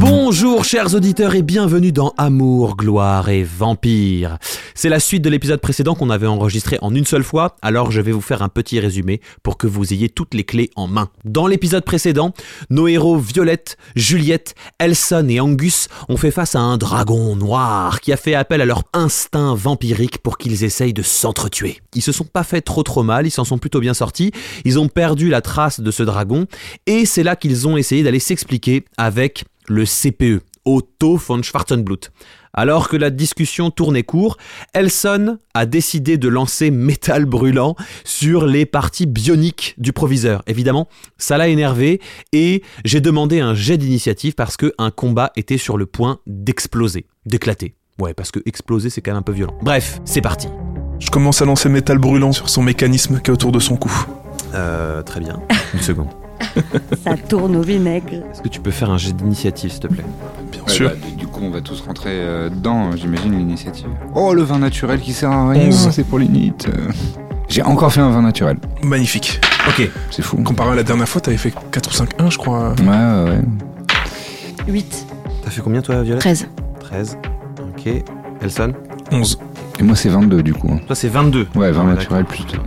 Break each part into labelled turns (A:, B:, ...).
A: Bonjour chers auditeurs et bienvenue dans Amour, Gloire et Vampire. C'est la suite de l'épisode précédent qu'on avait enregistré en une seule fois, alors je vais vous faire un petit résumé pour que vous ayez toutes les clés en main. Dans l'épisode précédent, nos héros Violette, Juliette, Elson et Angus ont fait face à un dragon noir qui a fait appel à leur instinct vampirique pour qu'ils essayent de s'entretuer. Ils se sont pas fait trop trop mal, ils s'en sont plutôt bien sortis, ils ont perdu la trace de ce dragon et c'est là qu'ils ont essayé d'aller s'expliquer avec le CPE, Otto von Schwarzenblut. Alors que la discussion tournait court, Elson a décidé de lancer métal brûlant sur les parties bioniques du proviseur. Évidemment, ça l'a énervé et j'ai demandé un jet d'initiative parce que un combat était sur le point d'exploser, d'éclater. Ouais, parce que exploser c'est quand même un peu violent. Bref, c'est parti.
B: Je commence à lancer métal brûlant sur son mécanisme qui est autour de son cou.
A: Euh, très bien. Une seconde.
C: Ça tourne au vinaigre.
A: Est-ce que tu peux faire un jet d'initiative s'il te plaît
B: Bien
D: Ouais,
B: sûr.
D: bah, du coup, on va tous rentrer euh, dedans, euh, j'imagine, l'initiative. Oh, le vin naturel qui sert à rien,
B: Onze.
D: c'est pour l'init. euh. J'ai encore fait un vin naturel,
B: Magnifique.
A: Ok,
D: c'est fou.
B: Comparé à la dernière fois, t'avais fait 4 ou 5 1, je crois.
D: Ouais, ouais, ouais.
C: 8.
A: t'as fait combien toi Violette
C: 13.
A: 13. Ok. Elson
B: 11.
D: Et moi, c'est 22, du coup. hein.
A: Toi, c'est 22.
D: Ouais, vin
A: Ouais,
D: naturel plus deux.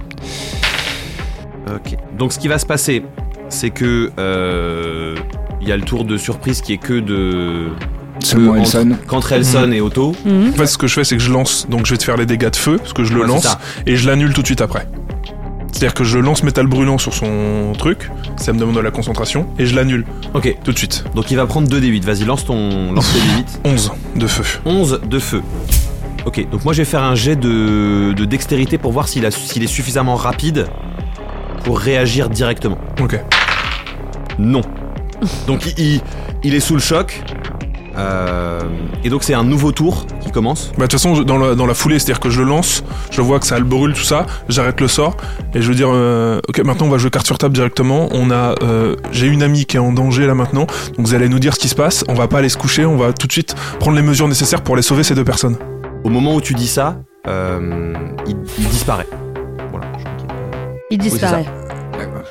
A: Ok. Donc, ce qui va se passer, c'est que. euh, Il y a le tour de surprise qui est que de.
D: Seulement
A: que entre-
D: Elson.
A: Qu'entre Elson
B: Mhm.
A: et Otto.
B: En fait, ce que je fais, c'est que je lance, donc je vais te faire les dégâts de feu, parce que je le
A: Ouais, c'est
B: lance,
A: ça.
B: et je l'annule tout de suite après. C'est-à-dire que je lance métal brûlant sur son truc, ça me demande de la concentration, et je l'annule
A: Ok.
B: tout de suite.
A: Donc, il va prendre 2 D8. Vas-y, lance ton. Lance tes D8.
B: 11 de feu.
A: 11 de feu. Ok. Donc, moi, je vais faire un jet de, de dextérité pour voir s'il a- s'il est suffisamment rapide pour réagir directement.
B: Ok.
A: Non. Donc il, il- il est sous le choc. Euh, et donc c'est un nouveau tour qui commence.
B: Bah, de toute façon, je- dans la, dans la foulée, c'est-à-dire que je le lance, je vois que ça le brûle, tout ça, j'arrête le sort, et je veux dire, euh, ok, maintenant on va jouer carte sur table directement, on a, euh, j'ai une amie qui est en danger là maintenant, donc vous allez nous dire ce qui se passe, on va pas aller se coucher, on va tout de suite prendre les mesures nécessaires pour aller sauver ces deux personnes.
A: Au moment où tu dis ça, euh, il, il disparaît. Voilà. je crois
C: Il disparaît.
D: D'accord.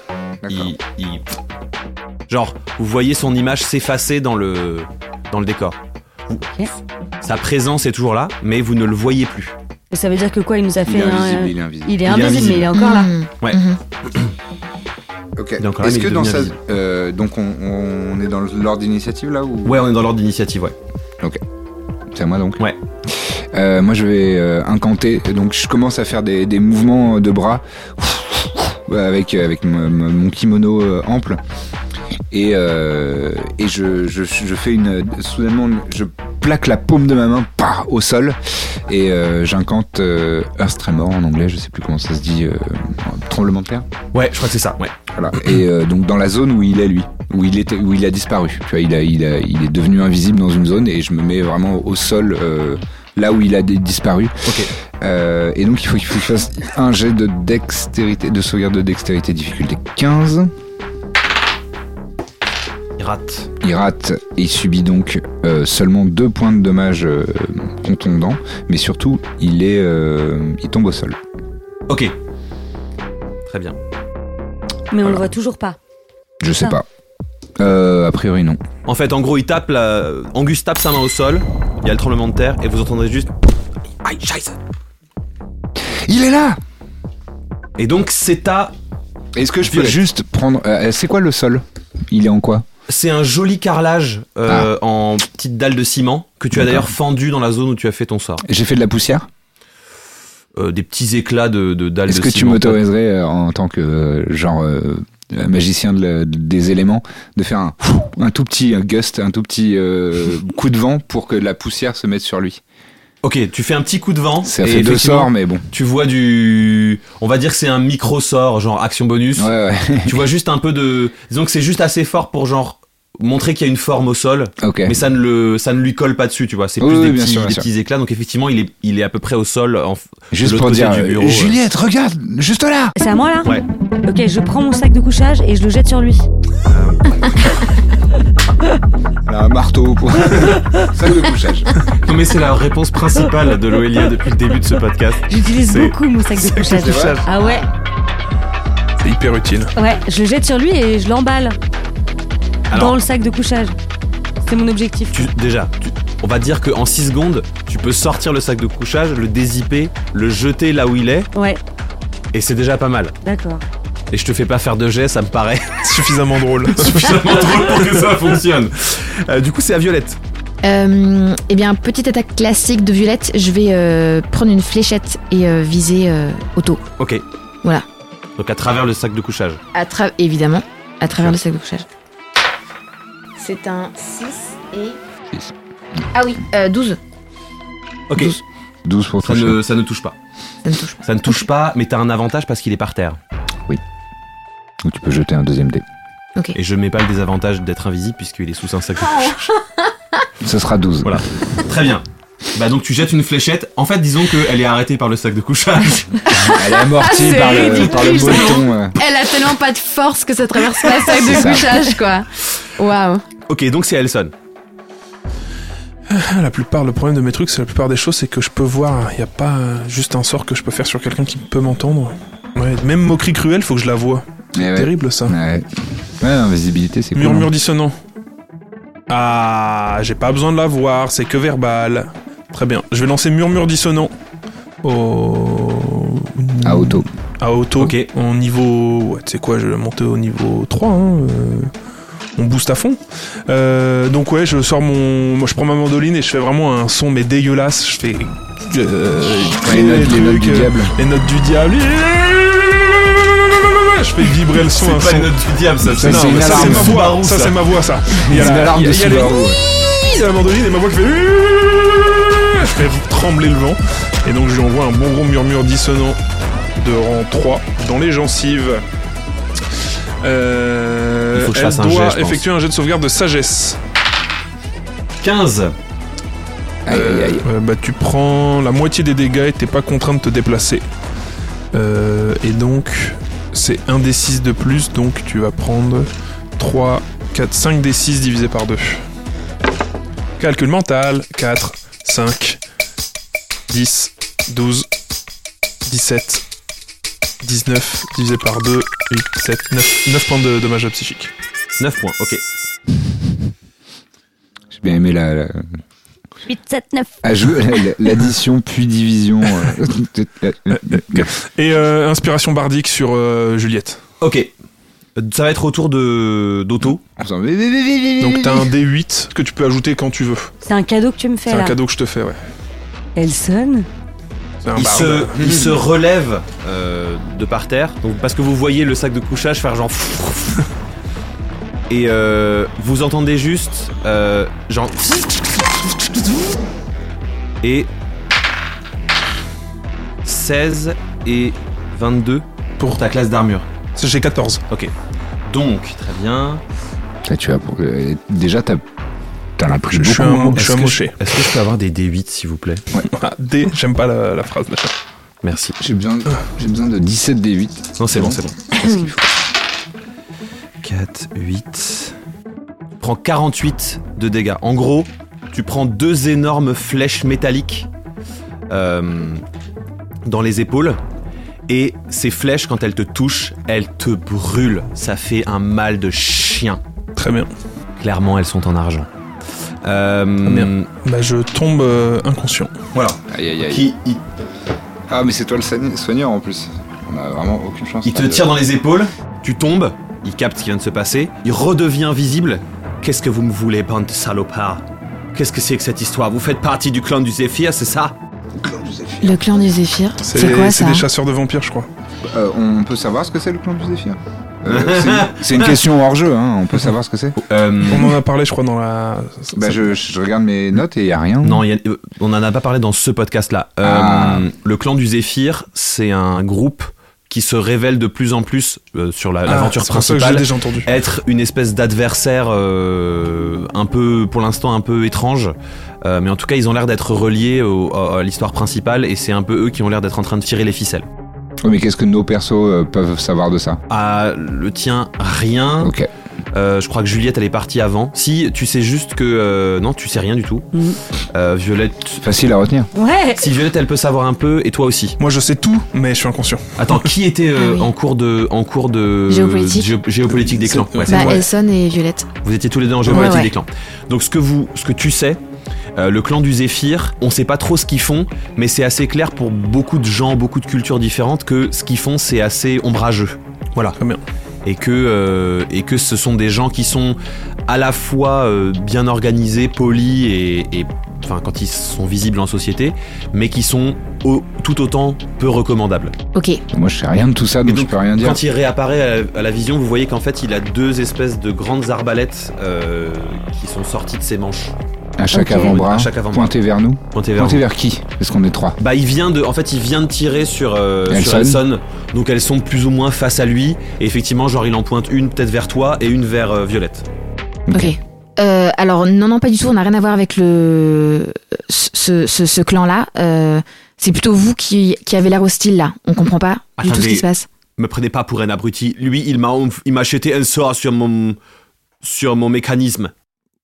A: qu'il- il- il- Genre, vous voyez son image s'effacer dans le, dans le décor. Vous-
C: Ok.
A: Sa présence est toujours là, mais vous ne le voyez plus.
C: Et ça veut dire que quoi Il nous a
D: Il
C: fait
D: est
C: un. euh,
A: euh,
D: invisible, il est invisible.
C: Il est
A: est
C: invisible, mais il est encore là.
E: Mhm.
A: Ouais.
E: Mhm.
D: Ok.
A: est encore là,
D: Est-ce
A: mais il
D: que dans
A: devient
D: sa.
A: invisible.
D: euh, donc, on, on est dans l'ordre d'initiative là ou...
A: Ouais, on est dans l'ordre d'initiative, ouais.
D: C'est à moi donc
A: Ouais.
D: Euh, moi je vais euh, incanter, donc je commence à faire des, des mouvements euh, de bras Bah, avec, euh, avec mon- mon mon kimono euh, ample. Et, euh, et je, je- je fais une. Soudainement, je plaque la paume de ma main pah, au sol et euh, j'incante euh, Earth Tremor en anglais, je sais plus comment ça se dit, euh, tremblement de terre.
A: Ouais, je crois que c'est ça. Ouais.
D: Voilà. Et euh, donc dans la zone où il est lui, où il était, où il a disparu. Tu vois, il a, il a, il est devenu invisible dans une zone et je me mets vraiment au sol. euh, Là où il a d- disparu.
A: Ok.
D: Euh, et donc, il faut qu'il faut que je fasse un jet de dextérité, de sauvegarde de dextérité, difficulté 15.
A: Il rate.
D: Il rate et il subit donc euh, seulement deux points de dommages euh, contondants, mais surtout, il est, euh, il tombe au sol.
A: Ok. Très bien.
C: Mais on le
D: Voilà.
C: voit toujours pas.
D: Je sais
C: Ah.
D: pas. Euh, a priori, non.
A: En fait, en gros, il tape la... Angus tape sa main au sol, il y a le tremblement de terre, et vous entendrez juste. Aïe, scheiße
D: Il est là
A: Et donc, c'est à.
D: Est-ce que je peux
A: Violette.
D: juste prendre. euh, c'est quoi le sol Il est en quoi
A: C'est un joli carrelage euh, en petite dalle de ciment que tu as
D: D'accord.
A: d'ailleurs fendu dans la zone où tu as fait ton sort.
D: J'ai fait de la poussière
A: Euh, des petits éclats de, de dalles de
D: Est-ce
A: Ah, ciment.
D: que tu m'autoriserais euh, en tant que euh, genre euh, euh, magicien de la- des éléments de faire un, un tout petit un gust, un tout petit euh, coup de vent pour que la poussière se mette sur lui
A: Ok, tu fais un petit coup de vent.
D: Ça
A: et
D: fait deux
A: effectivement,
D: sorts, mais bon.
A: Tu vois du. On va dire que c'est un micro sort, genre action bonus.
D: Ouais, ouais.
A: Tu vois juste un peu de. Disons que c'est juste assez fort pour genre montrer qu'il y a une forme au sol,
D: Ok.
A: mais ça ne, le, ça ne lui colle pas dessus, tu vois. C'est
D: Oui,
A: plus
D: oui,
A: des,
D: bien
A: petits,
D: sûr, bien
A: des
D: sûr.
A: petits éclats. Donc effectivement, il est, il est à peu près au sol. En, f-
D: Juste
A: l'autre
D: pour
A: côté
D: dire,
A: du bureau,
D: euh, Juliette, regarde, juste là.
C: C'est à moi là
A: Ouais.
C: Ok, je prends mon sac de couchage et je le jette sur lui.
D: Là, un marteau pour salle de couchage.
A: euh. Non mais c'est la réponse principale de Loelia depuis le début de ce podcast.
C: J'utilise
A: C'est-
C: beaucoup mon sac de couchage.
D: c'est vrai
C: Ah ouais,
B: C'est hyper utile.
C: ouais, je le jette sur lui et je l'emballe
A: Alors-
C: dans le sac de couchage. C'est mon objectif.
A: Tu- déjà, tu- on va dire qu'en 6 secondes, tu peux sortir le sac de couchage, le dézipper, le jeter là où il est,
C: Ouais,
A: et c'est déjà pas mal.
C: d'accord.
A: Et je te fais pas faire de jet, ça me paraît
B: Suffisamment drôle.
A: suffisamment drôle pour que ça fonctionne. Euh, du coup, c'est à Violette.
E: Euh, eh bien, petite attaque classique de Violette. Je vais euh, prendre une fléchette et euh, viser euh, Otto.
A: Ok.
E: Voilà.
A: Donc à travers le sac de couchage.
E: À tra- évidemment, à travers le sac de couchage. C'est un 6 et.
D: Six.
E: Ah oui, euh, 12.
A: Ok.
D: 12 pour
A: Ça
D: toucher.
A: ne, ça ne touche pas.
E: Ça ne touche pas.
A: Ça ne touche pas, mais t'as un avantage parce qu'il est par terre.
D: Ou tu peux jeter un deuxième dé.
A: Et je mets pas le désavantage d'être invisible puisqu'il est sous un sac de couchage.
D: Ce sera 12.
A: Voilà. Très bien. Bah donc tu jettes une fléchette. En fait, disons qu'elle est arrêtée par le sac de couchage.
D: Elle est amortie
E: Ah, C'est
D: par, le,
E: ridicule,
D: par le
E: ça.
D: boton. euh.
E: Elle a tellement pas de force que ça traverse pas le sac
D: C'est
E: de
D: ça.
E: couchage, quoi. Waouh.
A: ok, donc c'est Elson.
B: Ah, La plupart, le problème de mes trucs, c'est la plupart des choses, c'est que je peux voir. Il n'y a pas euh, juste un sort que je peux faire sur quelqu'un qui peut m'entendre. Ouais, même moquerie cruelle, faut que je la vois.
D: Mais ouais.
B: Terrible ça.
D: Ouais. Ouais, invisibilité, c'est cool. hein.
B: Murmure dissonant. Ah, j'ai pas besoin de la voir, c'est que verbal. Très bien, je vais lancer murmure dissonant. Au.
D: À Ah, auto.
B: À auto.
A: Ok.
B: En niveau. ouais, tu sais quoi, je vais monter au niveau 3. hein, euh, On booste à fond. Euh, donc, ouais, je sors mon. Moi, je prends ma mandoline et je fais vraiment un son, mais dégueulasse. Je fais. euh,
D: les notes, les
B: trucs,
D: notes du
B: euh,
D: diable.
B: les notes du diable. Je fais vibrer le son. un son.
A: du diable, ça.
D: c'est-
B: Non,
D: une
B: mais ça,
D: alarme.
B: c'est ma voix.
A: Subaru,
B: Ça,
A: ça.
B: c'est ma voix, ça. Il y a
D: Une
B: la-
D: alarme
B: il y a-
D: de
B: il y a les-
D: Subaru. ouais.
B: il y a la mandoline et ma voix qui fait. Je fais trembler le vent. Et donc, je lui envoie un bon gros murmure dissonant de rang 3 dans les gencives. Euh,
A: Il faut que je
B: elle
A: fasse un
B: doit
A: jet, je pense.
B: effectuer un jet de sauvegarde de sagesse.
A: 15.
D: Aïe, aïe, aïe.
B: Euh, bah, tu prends la moitié des dégâts et t'es pas contraint de te déplacer. Euh, et donc, c'est 1 des 6 de plus, donc tu vas prendre 3, 4, 5 des 6 divisé par 2. Calcul mental 4, 5, 10, 12, 17, 19 divisé par 2, 8, 7, 9, 9 points de dommages psychiques.
A: 9 points, ok.
D: J'ai bien aimé la- la,
C: 8, 7, 9.
D: Ah, je- la- la- L'addition puis division. euh,
B: Et euh, inspiration bardique sur euh, Juliette.
A: Ok. Ça va être au tour de d'Otto.
D: On s'en- Donc
B: Donc t'as un D8 que tu peux ajouter quand tu veux.
C: C'est un cadeau que tu me
B: C'est
C: fais
B: un
C: là.
B: cadeau que je te fais, ouais.
C: Elle sonne.
B: C'est un
A: Il
B: barde.
A: se, il se relève euh, de par terre, donc parce que vous voyez le sac de couchage faire genre. Et euh, vous entendez juste euh, genre. Et 16 et 22 pour ta classe d'armure.
B: C'est- J'ai 14.
A: Donc très bien.
D: Là, tu as, euh, déjà, t'as t'en as pris
B: Je suis
D: beaucoup.
B: un
D: hein.
B: mo- je suis un
A: Est-ce que
B: moché.
A: Est-ce que je peux avoir des D8 s'il vous plaît
B: Ah, D, j'aime pas la, la phrase. machin.
A: Merci.
D: J'ai besoin, j'ai besoin de 17 des 8.
A: Non c'est bon c'est bon. 4, 8. Tu prends 48 de dégâts. En gros, tu prends deux énormes flèches métalliques euh, dans les épaules. Et ces flèches, quand elles te touchent, elles te brûlent. Ça fait un mal de chien.
B: Très bien.
A: Clairement, elles sont en argent. Euh,
B: merde. Bah, je tombe euh, inconscient.
A: voilà.
D: Aïe, aïe, aïe.
A: Qui, il,
D: Ah, mais c'est toi le soigne- soigneur en plus. On a vraiment aucune chance.
A: il te
D: de-
A: tire dans les épaules, tu tombes, il capte ce qui vient de se passer, il redevient visible. Qu'est-ce que vous me voulez, bande de salopards Qu'est-ce que c'est que cette histoire Vous faites partie du clan du Zéphyr, c'est ça
E: Le clan du Zéphyr, c'est quoi
B: C'est c'est
E: ça
B: des chasseurs de vampires, je crois.
D: Euh, on peut savoir ce que c'est le clan du Zéphyr Euh, c'est- C'est une question hors jeu, hein. on peut savoir ce que c'est.
A: Euh,
B: On en a parlé, je crois, dans la.
D: Bah, je, je regarde mes notes et il a rien.
A: Non, il y a- euh, on n'en a pas parlé dans ce podcast-là. Euh,
D: Ah.
A: Le clan du Zéphyr, c'est un groupe qui se révèle de plus en plus euh, sur la-
B: Ah,
A: l'aventure
B: c'est pour ça que je l'ai
A: principale
B: déjà entendu.
A: être une espèce d'adversaire euh, un peu pour l'instant un peu étrange Euh, mais en tout cas ils ont l'air d'être reliés au- à, à l'histoire principale et c'est un peu eux qui ont l'air d'être en train de tirer les ficelles
D: Oh, mais qu'est-ce que nos persos euh, peuvent savoir de ça
A: ah le tien rien
D: Ok.
A: Euh, je crois que Juliette elle est partie avant si tu sais juste que euh, non tu sais rien du tout
E: Mm.
C: Mhm.
A: Euh, Violette
D: Facile à retenir.
C: Ouais.
A: si Violette elle peut savoir un peu et toi aussi
B: Moi je sais tout, mais je suis inconscient.
A: attends qui était euh,
E: Ah oui.
A: en cours de en cours de
E: Géopolitique.
A: géo- géopolitique des clans
B: C'est-
A: ouais,
B: c'est
E: Bah,
B: vrai.
E: Elson et Violette.
A: Vous étiez tous les deux en géopolitique
E: Ouais, ouais.
A: des clans. Donc ce que vous, ce que tu sais, euh, le clan du Zéphyr, on sait pas trop ce qu'ils font, mais c'est assez clair pour beaucoup de gens, beaucoup de cultures différentes que ce qu'ils font c'est assez ombrageux. Voilà.
B: Très bien.
A: Et que euh, et que ce sont des gens qui sont à la fois euh, bien organisés, polis et, et- enfin quand ils sont visibles en société, mais qui sont au- tout autant peu recommandables.
E: Ok.
D: Moi, je sais rien de tout ça,
A: Mais
D: donc,
A: donc,
D: je peux rien dire.
A: Quand il réapparaît à la, à la vision, vous voyez qu'en fait il a deux espèces de grandes arbalètes euh, qui sont sorties de ses manches.
D: À chaque
C: Ok.
D: avant-bras,
A: À chaque avant-bras.
D: pointé vers nous.
A: Pointez vers
D: Pointé
A: vous.
D: vers qui Parce qu'on est trois.
A: Bah, il vient de, en fait, il vient de tirer sur, euh, sur
D: Elson.
A: Elson. Donc elles sont plus ou moins face à lui. Et effectivement, genre il en pointe une peut-être vers toi et une vers euh, Violette.
D: Ok.
E: Ok. Euh, alors non, non, pas du tout. On n'a rien à voir avec le ce, ce, ce clan-là. Euh, c'est plutôt vous qui, qui avez l'air hostile là. On comprend pas du tout ce
A: Attendez.
E: qui se passe.
A: Me prenez pas pour un abruti. Lui, il m'a, enf- il m'a jeté un sort sur mon, sur mon mécanisme.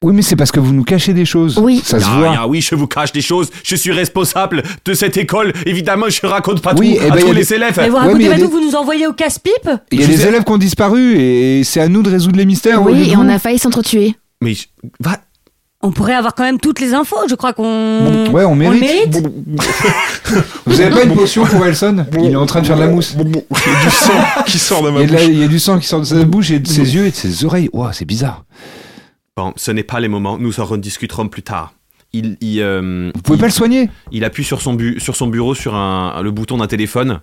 D: Oui, mais c'est parce que vous nous cachez des choses.
E: Oui.
D: Ça se
A: Ah,
D: voit.
A: ah oui, je vous cache des choses. Je suis responsable de cette école. Évidemment, je raconte pas
D: Oui,
A: tout
D: eh
A: à
D: ben, y
A: tous
D: a
A: les
D: des-
A: élèves.
C: Mais vous
D: Ouais, mais
C: racontez
D: y a
C: pas
D: des-
C: tout, vous nous envoyez au casse-pipe
D: Il y a
A: Je
D: des
A: sais-
D: élèves qui ont disparu et c'est à nous de résoudre les mystères. au lieu
E: Oui,
D: de
E: et
D: vous.
E: on a failli s'entretuer.
A: Mais je- va-
C: On pourrait avoir quand même toutes les infos, je crois qu'on.
D: Ouais, on
C: On le
D: mérite.
C: mérite
D: Vous avez pas une potion pour Elson Il est en train de faire de la mousse.
B: Il y a du sang qui sort de
D: Il y,
B: ma
D: a de la-
B: bouche.
D: il y a du sang qui sort de sa bouche et de ses yeux et de ses oreilles. Ouah, c'est bizarre.
A: Bon, ce n'est pas les moments. Nous en rediscuterons plus tard. Il, il, euh,
D: Vous pouvez
A: il-
D: pas le soigner
A: il appuie sur son, bu- sur son bureau sur un, le bouton d'un téléphone.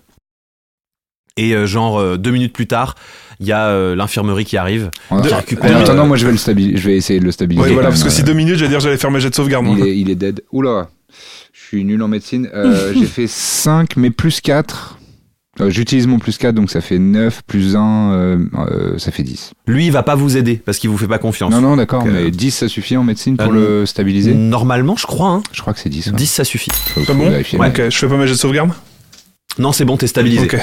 A: Et euh, genre euh, deux minutes plus tard, il y a euh, l'infirmerie qui arrive.
D: En,
A: Deux-
D: en
A: récupère-
D: attendant, moi je vais, le stabi- je vais essayer de le stabiliser.
B: Ouais,
D: quand
B: voilà, parce
D: même,
B: que si
D: euh,
B: deux minutes, j'allais dire j'allais faire ma jet de sauvegarde. moi.
D: il, est, il est dead. Oula, je suis nul en médecine. Euh, J'ai fait 5, mais plus 4. J'utilise mon plus 4, donc ça fait 9, plus 1, ça fait 10.
A: Lui, il va pas vous aider parce qu'il vous fait pas confiance.
D: Non, non, d'accord,
A: donc, euh,
D: mais 10 ça suffit en médecine pour
A: Euh,
D: le stabiliser
A: Normalement, je crois. Hein,
D: Je crois que c'est 10. ouais.
A: 10, ça suffit.
D: Faut-
B: Mmh. C'est
D: faut
B: bon
D: vérifier.
B: Ok, je fais pas ma jet de sauvegarde
A: Non, c'est bon, t'es stabilisé.
B: Ok.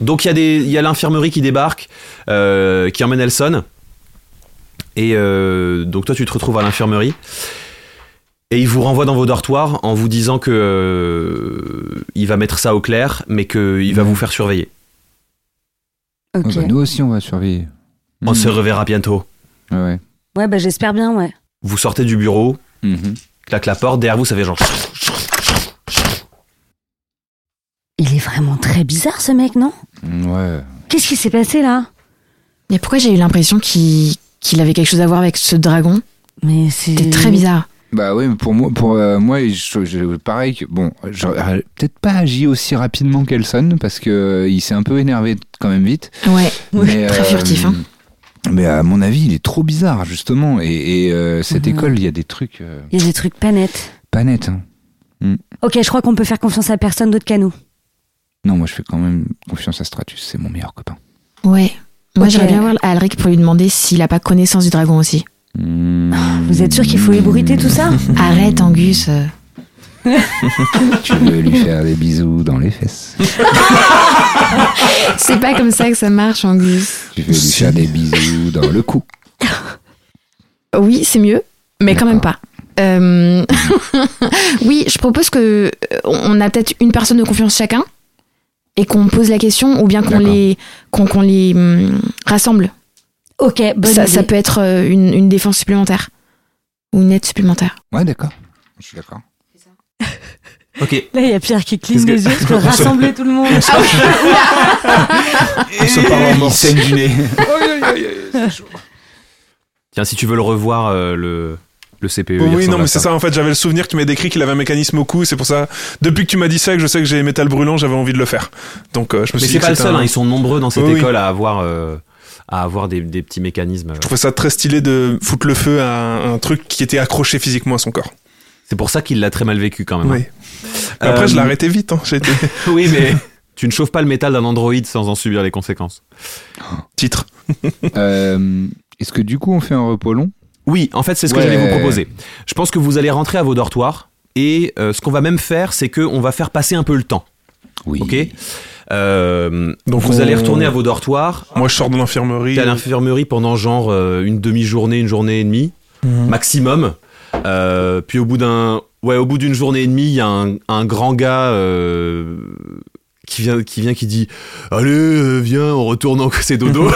A: Donc il y a des- il y a l'infirmerie qui débarque, euh, qui emmène Elson. Et euh, donc toi tu te retrouves à l'infirmerie. Et il vous renvoie dans vos dortoirs en vous disant que euh, il va mettre ça au clair, mais qu'il va
B: Mmh.
A: vous faire surveiller.
D: Ah,
C: Ok.
D: bah, nous aussi, on va surveiller.
A: On
B: Mmh.
D: Mhm.
A: se reverra bientôt.
D: Ouais, ouais.
C: Ouais, bah j'espère bien, ouais.
A: Vous sortez du bureau,
D: Mhm.
B: Mmh.
A: claque la porte, derrière vous, ça fait genre.
C: Il est vraiment très bizarre ce mec, non
D: Ouais.
C: Qu'est-ce qui s'est passé là
E: Mais pourquoi j'ai eu l'impression qu'il qu'il avait quelque chose à voir avec ce dragon
C: Mais c'est.
E: C'était très bizarre.
D: Bah oui, mais pour moi, pour euh, moi, je- je- pareil que bon, j'aurais peut-être pas agi aussi rapidement qu'Elson parce que euh, il s'est un peu énervé quand même vite.
E: Ouais.
D: Mais,
E: Très
D: euh,
E: furtif. Hein.
D: Mais à mon avis, il est trop bizarre justement. Et, et, euh, cette
C: Mhm.
D: école, il y a des trucs euh,
C: Il y a des trucs pas nets.
D: pas nets. hein.
C: Ok, je crois qu'on peut faire confiance à personne d'autre qu'à nous.
D: Non, moi, je fais quand même confiance à Stratus. C'est mon meilleur copain.
E: Ouais. Moi,
C: Ok.
E: j'aimerais bien voir Alric pour lui demander s'il a pas connaissance du dragon aussi.
C: Vous êtes sûr qu'il faut ébruiter tout ça
E: Arrête, Angus. euh.
D: Tu veux lui faire des bisous dans les fesses.
E: C'est pas comme ça que ça marche, Angus.
D: Tu veux lui faire des bisous dans le cou.
E: Oui, c'est mieux, mais quand même
D: D'accord.
E: pas. Euh, oui, je propose que euh, on a peut-être une personne de confiance chacun et qu'on pose la question ou bien qu'on
D: D'accord.
E: les qu'on qu'on les hum, rassemble.
C: Ok, bonne
E: Ça,
C: idée.
E: ça peut être euh, une, une défense supplémentaire ou une aide supplémentaire.
D: Ouais, d'accord. Je suis d'accord.
A: Ok.
C: Là, il y a Pierre qui cligne
A: Qu'est-ce
C: des
A: que-
C: yeux parce que rassembler tout le monde.
B: On se parle en morse.
D: du nez.
A: Tiens, si tu veux le revoir, euh, le, le CPE. il
B: oui,
A: ressemble
B: non,
A: à
B: mais c'est ça. En fait, j'avais le souvenir que tu m'as décrit qu'il avait un mécanisme au cou. C'est pour ça. Depuis que tu m'as dit ça, que je sais que j'ai métal brûlant, j'avais envie de le faire. Donc, euh, je
A: Mais
B: me suis
A: c'est
B: dit
A: pas
B: que
A: le
B: c'était
A: seul,
B: un-
A: hein, ils sont nombreux dans cette
B: Oui, oui.
A: école à avoir, euh, à avoir des, des petits mécanismes.
B: Je trouvais ça très stylé de foutre le feu à un, un truc qui était accroché physiquement à son corps.
A: C'est pour ça qu'il l'a très mal vécu quand même. hein.
B: Oui. Mais Après,
A: Euh,
B: je l'ai arrêté vite. Hein. J'ai été-
A: Oui, mais Tu ne chauffes pas le métal d'un androïde sans en subir les conséquences.
B: Titre.
F: Euh, Est-ce que du coup on fait un repos long
A: Oui, en fait, c'est ce que
F: Ouais.
A: j'allais vous proposer. Je pense que vous allez rentrer à vos dortoirs et euh, ce qu'on va même faire, c'est qu'on va faire passer un peu le temps.
F: Oui.
A: Ok. Euh,
B: Donc
A: vous
B: on-
A: allez retourner à vos dortoirs.
B: Moi, je sors de l'infirmerie.
A: T'es à l'infirmerie pendant genre euh, une demi-journée, une journée et demie
B: Mhm.
A: maximum. Euh, puis au bout d'un, ouais, au bout d'une journée et demie, il y a un, un grand gars euh, qui vient, qui vient, qui dit, allez, euh, viens, on retourne en c'est dodo.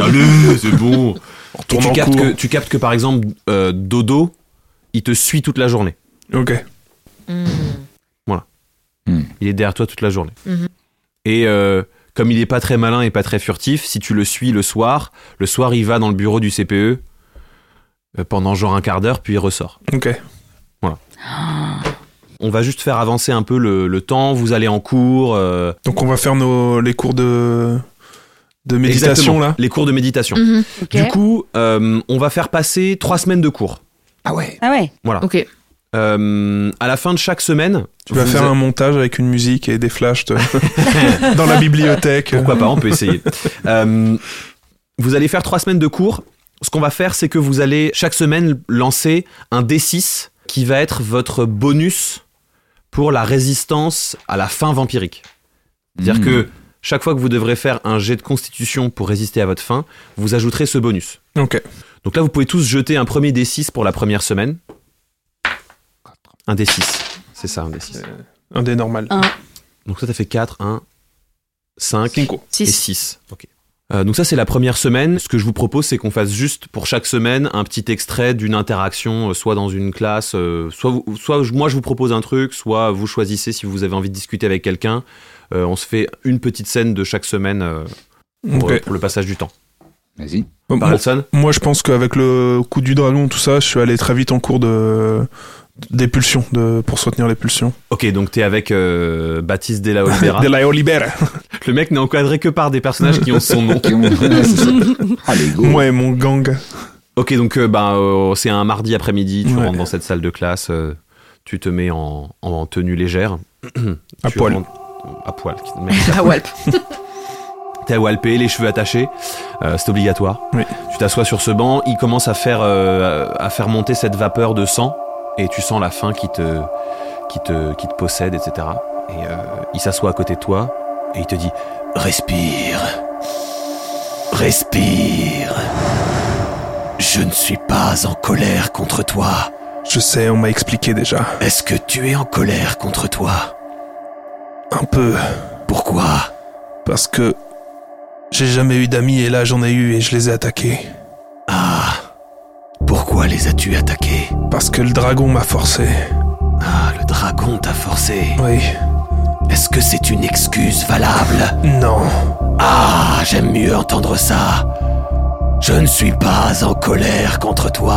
A: allez, c'est bon.
B: On
A: Et
B: retourne
A: tu
B: en
A: captes
B: cours.
A: que, tu captes que par exemple, euh, dodo, il te suit toute la journée.
B: Ok.
E: Hmm.
A: Il est derrière toi toute la journée.
E: Mhm.
A: Et euh, comme il est pas très malin et pas très furtif, si tu le suis le soir, le soir il va dans le bureau du CPE euh, pendant genre un quart d'heure, puis il ressort.
B: Ok.
A: On va juste faire avancer un peu le, le temps, vous allez en cours. euh,
B: Donc, on va faire nos, les cours de, de méditation,
A: exactement,
B: là.
A: Les cours de méditation.
E: Mhm.
D: Ok.
A: Du coup, euh, on va faire passer trois semaines de cours.
F: Ah ouais.
D: Ah ouais.
E: Ok.
A: Euh, à la fin de chaque semaine,
B: Tu vas
A: vous
B: faire
A: a-
B: un montage avec une musique et des flashs de- dans la bibliothèque.
A: Pourquoi pas, on peut essayer. Euh, vous allez faire trois semaines de cours. Ce qu'on va faire, c'est que vous allez chaque semaine lancer un D6 qui va être votre bonus pour la résistance à la faim vampirique. C'est-à-dire
D: Hmm.
F: Mmh.
A: que chaque fois que vous devrez faire un jet de constitution pour résister à votre faim, vous ajouterez ce bonus.
B: Ok.
A: Donc là, vous pouvez tous jeter un premier D6 pour la première semaine. Un D6. C'est ça, un D6.
B: Un des normales.
A: Donc ça, t'as fait 4, 1, 5,
B: Cinco.
A: et
E: Six.
A: 6. Ok. Euh, donc ça c'est la première semaine. Ce que je vous propose c'est qu'on fasse juste pour chaque semaine un petit extrait d'une interaction, euh, soit dans une classe, euh, soit, vous- soit je- moi je vous propose un truc, soit vous choisissez si vous avez envie de discuter avec quelqu'un. Euh, on se fait une petite scène de chaque semaine euh, pour,
B: Ok.
A: pour le passage du temps.
F: Vas-y.
B: Bon, bon,
A: Parelson
B: moi, je pense qu'avec le coup du dragon, tout ça, je suis allé très vite en cours de des pulsions de pour soutenir les pulsions.
A: Ok donc t'es avec euh, Baptiste Della Olvera.
B: De la Olivera.
A: le mec n'est encadré que par des personnages qui ont son nom.
F: Et on- ah les go.
B: Moi et mon gang.
A: Ok, donc euh, bah, euh, c'est un mardi après-midi, tu
B: Ouais.
A: rentres dans cette salle de classe, euh, tu te mets en, en tenue légère.
B: À
A: Tu
B: poil.
A: rentres- À poil. merde.
E: Ah Walp.
A: T'es walpé, les cheveux attachés, euh, c'est obligatoire.
B: Oui.
A: Tu t'assois sur ce banc, il commence à faire, euh, à faire monter cette vapeur de sang, et tu sens la faim qui te, qui te, qui te possède, etc. Et euh, il s'assoit à côté de toi, et il te dit Respire. Respire. Je ne suis pas en colère contre toi.
B: Je sais, on m'a expliqué déjà.
A: Est-ce que tu es en colère contre toi
B: Un peu
A: Pourquoi
B: parce que j'ai jamais eu d'amis et là j'en ai eu et je les ai attaqués
A: Ah. Pourquoi les as-tu attaqués
B: parce que le dragon m'a forcé.
A: Ah, le dragon t'a forcé.
B: Oui.
A: Est-ce que c'est une excuse valable
B: Non.
A: Ah, j'aime mieux entendre ça. Je ne suis pas en colère contre toi.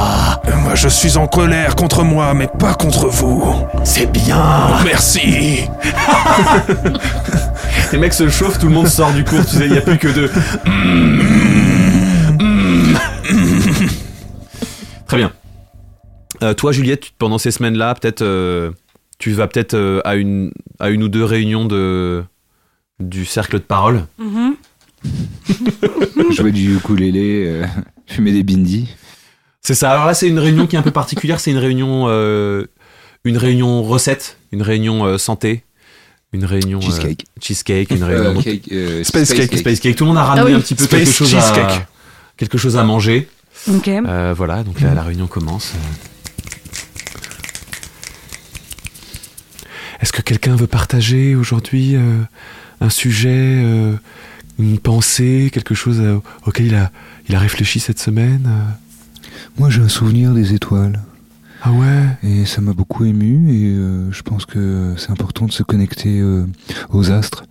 B: Moi, je suis en colère contre moi, mais pas contre vous.
A: C'est bien.
B: Merci.
A: Les mecs se chauffent, tout le monde sort du cours, tu sais, il n'y a plus que deux. Très bien. Euh, toi, Juliette, tu- pendant ces semaines-là, peut-être, euh, tu vas peut-être euh, à, une, à une ou deux réunions de, du cercle de parole.
E: Mhm.
F: Jouer du ukulélé, euh, fumer des bindis.
A: C'est ça. Alors là, c'est une réunion qui est un peu particulière. C'est une réunion, euh, une réunion recette, une réunion euh, santé, une réunion euh,
F: Cheesecake.
A: cheesecake, une
F: Euh,
A: réunion donc,
F: cake, euh,
B: Space cake.
A: space cake. Tout le monde a ramené
E: Ah oui.
A: un petit peu
B: Space
A: quelque chose à
B: cheesecake.
A: quelque chose à manger.
C: Ok.
A: Euh, voilà. Donc
E: Mm.
A: là, la réunion commence. Est-ce que quelqu'un veut partager aujourd'hui euh, un sujet, euh, une pensée, quelque chose euh, auquel il a, il a réfléchi cette semaine euh
F: Moi j'ai un souvenir des étoiles
A: Ah ouais
F: et ça m'a beaucoup ému et euh, je pense que c'est important de se connecter euh, aux astres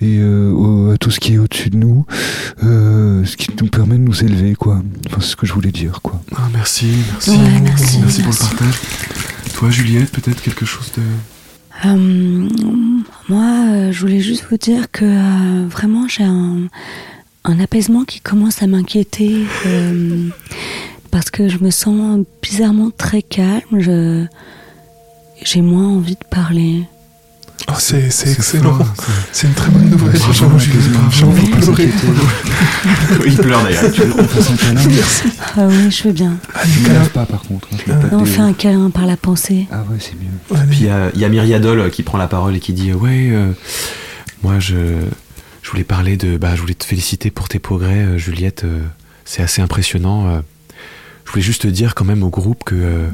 F: et euh, au- à tout ce qui est au-dessus de nous, euh, ce qui nous permet de nous élever quoi. Enfin, c'est ce que je voulais dire quoi.
A: Ah, merci, merci.
D: Ouais, merci, merci.
A: partage. Toi, Juliette, peut-être quelque chose de.
C: Euh, moi, euh, je voulais juste vous dire que euh, vraiment, j'ai un, un apaisement qui commence à m'inquiéter euh, parce que je me sens bizarrement très calme. Je, j'ai moins envie de parler.
B: Ah, c'est c'est excellent. C'est une très bonne nouvelle.
F: Bravo,
B: J'ai envie-
F: Clément.
B: j'ai envie de
F: Bravo,
B: pleurer.
G: Il pleure d'ailleurs.
F: Tu veux qu'on fasse un câlin
C: Ah oui, je veux bien.
B: Ah,
F: Je
B: des
F: ne
B: câlins.
F: pas par contre. hein, je
B: Non,
F: tape
C: Non, on
F: des-
C: fait un câlin par la pensée.
F: Ah ouais, c'est mieux.
G: Puis il y a, il y a Myriadol euh, qui prend la parole et qui dit euh, Ouais, euh, moi je, je voulais parler de. Bah, je voulais te féliciter pour tes progrès, euh, Juliette. euh, c'est assez impressionnant. euh. je voulais juste te dire quand même au groupe que. euh,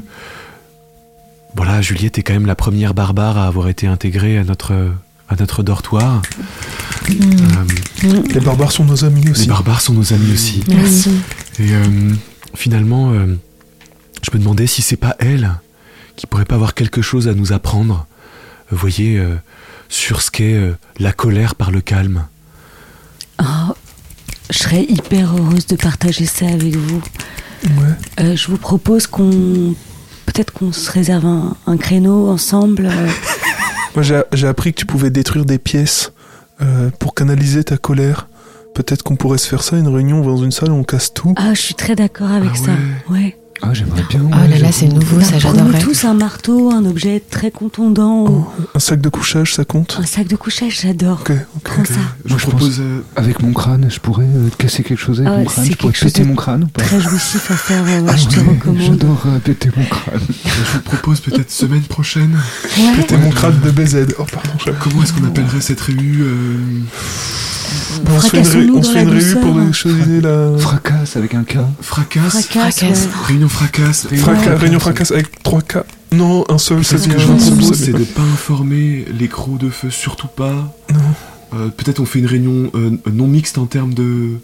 G: voilà, Juliette est quand même la première barbare à avoir été intégrée à notre, à notre dortoir. Euh,
B: Les barbares sont nos amis
G: les
B: aussi.
G: barbares sont nos amis aussi.
E: Merci.
G: Et euh, finalement, euh, je me demandais si c'est pas elle qui pourrait pas avoir quelque chose à nous apprendre, vous voyez, euh, sur ce qu'est euh, la colère par le calme.
C: Oh, je serais hyper heureuse de partager ça avec vous.
B: Ouais.
C: Euh, je vous propose qu'on. Peut-être qu'on se réserve un, un créneau ensemble. euh,
B: Moi, j'ai j'ai appris que tu pouvais détruire des pièces euh, pour canaliser ta colère. Peut-être qu'on pourrait se faire ça, une réunion dans une salle où on casse tout.
C: Ah, je suis très d'accord avec
G: Ah
C: ça. Ouais.
F: Ah, j'aimerais bien.
E: Oh là là, c'est nouveau, ça
C: Alors, prenons
E: j'adorerais.
C: tous un marteau, un objet très contondant, ou
B: Un sac de couchage, ça compte
C: un sac de couchage, j'adore.
B: Ok, ok.
C: Prends ça.
F: Moi, je propose
D: euh,
F: avec mon crâne, je pourrais euh, casser quelque chose avec
C: Ah,
F: mon crâne.
C: c'est
F: Je pourrais
C: quelque chose
F: péter
C: de
F: mon crâne ou pas
C: Très jouissif à faire, ouais, ouais,
F: Ah
C: je te
F: ouais,
C: recommande.
F: J'adore euh, péter mon crâne.
H: Je vous propose peut-être semaine prochaine.
C: Ouais.
B: T'es mon crâne de BZ. Oh, pardon, j'ai-
H: Comment est-ce qu'on appellerait cette réu euh,
B: on se fait une, ré-
C: Fracassons-nous
B: on se
C: dans
B: fait une
C: la
B: réu pour
C: douceur.
B: échelonner la.
F: Fracasse avec un K.
H: Fracasse.
C: Fracasse, ouais.
E: Fracasse.
H: Réunion fracasse. Réunion
B: Fraca-
H: fracasse.
B: Réunion fracasse avec 3K. Non, un seul, c'est ce
H: Ce
B: que
H: que
B: je
H: je vous propose,
B: propose.
H: c'est de pas informer les crocs de feu, surtout pas.
B: Non.
H: Euh, peut-être on fait une réunion euh, non mixte en termes de,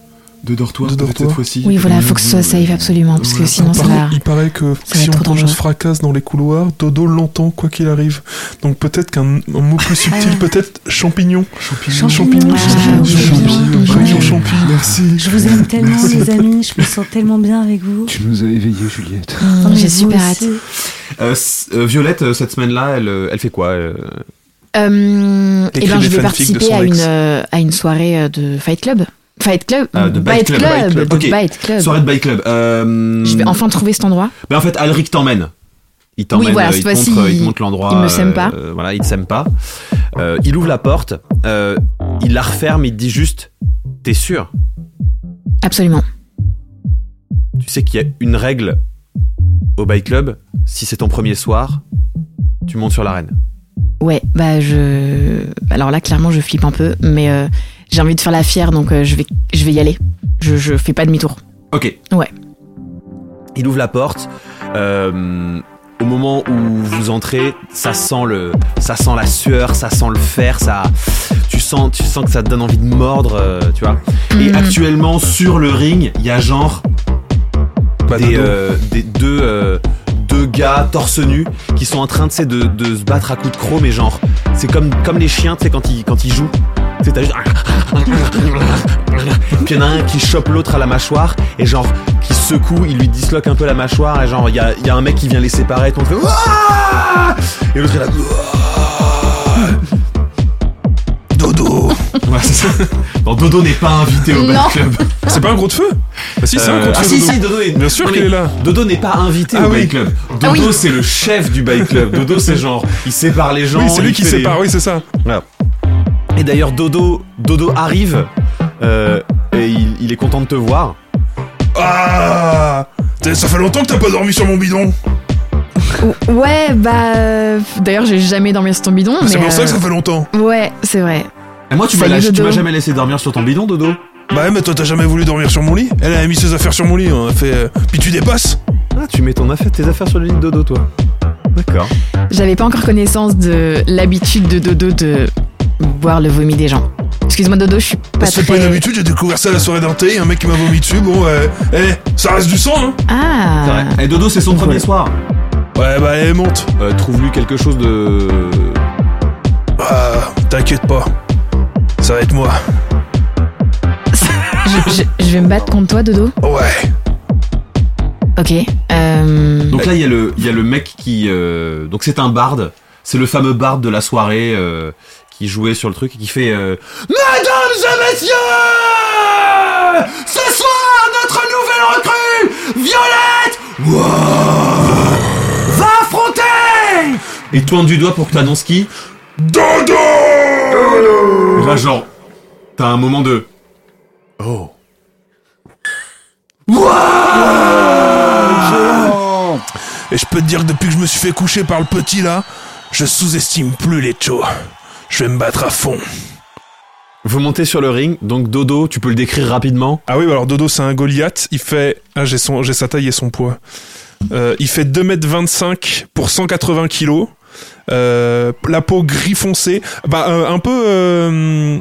H: de dortoir,
B: De
H: peut-être
B: dortoir.
H: cette fois-ci. Euh,
E: Oui, voilà, faut que ce soit safe absolument, parce que
H: Ouais.
E: sinon ça
B: Par
E: va.
B: contre, il paraît que
E: ça va
B: si
E: être
B: on,
E: trop dangereux.
B: se fracasse dans les couloirs, Dodo l'entend quoi qu'il arrive. Donc peut-être qu'un un mot plus subtil, peut-être champignon.
H: Champignons.
B: Champignons.
E: Ah,
B: Champignons.
E: champignons.
B: Réunion champignons.
D: Ah,
H: Merci.
C: Je vous aime tellement, les amis, je me sens tellement bien avec vous.
F: Tu nous as éveillés, Juliette.
E: Mmh,
C: Oh, mais
E: J'ai
C: vous
E: super hâte.
C: aussi.
A: Euh, c- euh, Violette, euh, cette semaine-là, elle, euh, elle fait quoi euh
E: Euh, eh
B: Écrit
E: ben,
B: des
E: je vais
B: fanfics de
E: participer
B: son
E: à une,
B: ex.
E: euh, à une soirée euh, de Fight Club. Fight Club
A: Ah, de Bite Club, Bite Club.
E: de
A: Ok.
E: Bite Club.
A: Soirée de bike club. Euh,
E: bah,
B: hmm.
E: Je vais enfin trouver cet endroit.
A: ben, en fait, Alric t'emmène. Il t'emmène,
E: voilà,
A: euh, il,
E: cette
A: te
E: fois-ci,
A: montre, euh, il te
E: il-
A: montre l'endroit.
E: il me sème pas.
A: euh, voilà, il ne s'aime pas. Euh, il ouvre la porte, euh, il la referme, il te dit juste T'es sûr
E: Absolument.
A: Tu sais qu'il y a une règle au bike club si c'est ton premier soir, tu montes sur l'arène.
E: Ouais, bah je. Alors là, clairement, je flippe un peu, mais euh, j'ai envie de faire la fière, donc euh, je vais, je vais y aller. Je, je fais pas demi-tour.
A: Ok.
E: Ouais.
A: Il ouvre la porte. euh, au moment où vous entrez, ça sent le, ça sent la sueur, ça sent le fer, ça, tu sens, tu sens que ça te donne envie de mordre, euh, tu vois. Et
E: Mhm.
A: actuellement sur le ring, il y a genre
B: Pas
A: des,
B: Dodo.
A: euh, des- deux, euh, deux gars torse nu qui sont en train de, tu sais, de, de se battre à coups de crocs, mais genre, c'est comme, comme les chiens, tu sais, quand ils, quand ils jouent. Tu sais, t'as juste. Puis il y en a un qui chope l'autre à la mâchoire et genre, qui secoue, il lui disloque un peu la mâchoire et genre, il y a, il y a un mec qui vient les séparer et tout le monde fait. Ouah Et l'autre est là. Ouah Dodo Ouais, c'est ça. Non, Dodo n'est pas invité au
E: Non.
A: Bad Club.
B: C'est pas un gros de feu Ah si, c'est un
A: Euh,
B: gros de
A: ah
B: feu.
A: si,
B: Dodo.
A: si, Dodo est-
B: Bien sûr
A: Non,
B: qu'il
A: mais
B: est là.
A: Dodo n'est pas invité
B: Ah
A: au
B: oui.
A: bike club. Dodo,
E: Ah oui.
A: c'est le chef du bike club. Dodo, c'est genre, il sépare les gens.
B: Oui, c'est lui
A: il
B: qui
A: fait les-
B: sépare, oui, c'est ça.
A: Et d'ailleurs, Dodo, Dodo arrive euh, et il, il est content de te voir.
B: Ah T'es- Ça fait longtemps que t'as pas dormi sur mon bidon
E: Ouais, bah. euh, D'ailleurs, j'ai jamais dormi sur ton bidon, mais.
B: Bah, C'est pour ça que ça
E: euh,
B: fait longtemps
E: Ouais, c'est vrai.
A: Et moi, tu m'as
E: Salut,
A: lâché- tu
E: Dodo.
A: m'as jamais laissé dormir sur ton bidon, Dodo.
B: Bah ouais, mais toi t'as jamais voulu dormir sur mon lit Elle a mis ses affaires sur mon lit, on a fait... euh, Puis tu dépasses
E: Bah,
A: Ah, tu mets ton affaire, tes affaires sur le lit de Dodo, toi. D'accord.
E: J'avais pas encore connaissance de l'habitude de Dodo de boire le vomi des gens. Excuse-moi, Dodo, je suis pas
B: C'est
E: très.
B: pas une habitude, j'ai découvert ça à la soirée d'un thé, un mec qui m'a vomi dessus, bon, euh, eh, ça reste du sang, hein
A: C'est
E: Ah
A: vrai. Et Dodo, c'est son premier soir.
B: Ouais, bah allez, monte
A: Euh, Trouve-lui quelque chose de.
B: Ah, t'inquiète pas, ça va être moi.
E: je, je- je vais me battre contre toi, Dodo
B: Ouais,
E: Ok. Euh...
A: Donc là, il y, a le- il y a le mec qui. euh, donc c'est un barde. C'est le fameux barde de la soirée euh, qui jouait sur le truc et qui fait. euh, Mesdames et messieurs Ce soir, notre nouvelle recrue, Violette Wouah, Va affronter Et tourne du doigt pour que t'annonces qui
B: Dodo
H: Et là, genre, t'as un moment de.
B: Oh. Et je peux te dire que depuis que je me suis fait coucher par le petit là, je sous-estime plus les tchos. Je vais me battre à fond.
A: Vous montez sur le ring, donc Dodo, tu peux le décrire rapidement.
B: Ah oui, bah alors Dodo, c'est un Goliath. Il fait. Ah, j'ai, son... j'ai sa taille et son poids. Euh, il fait 2m25 pour 180 kilos. Euh, la peau gris foncé. Bah, euh, un peu. euh,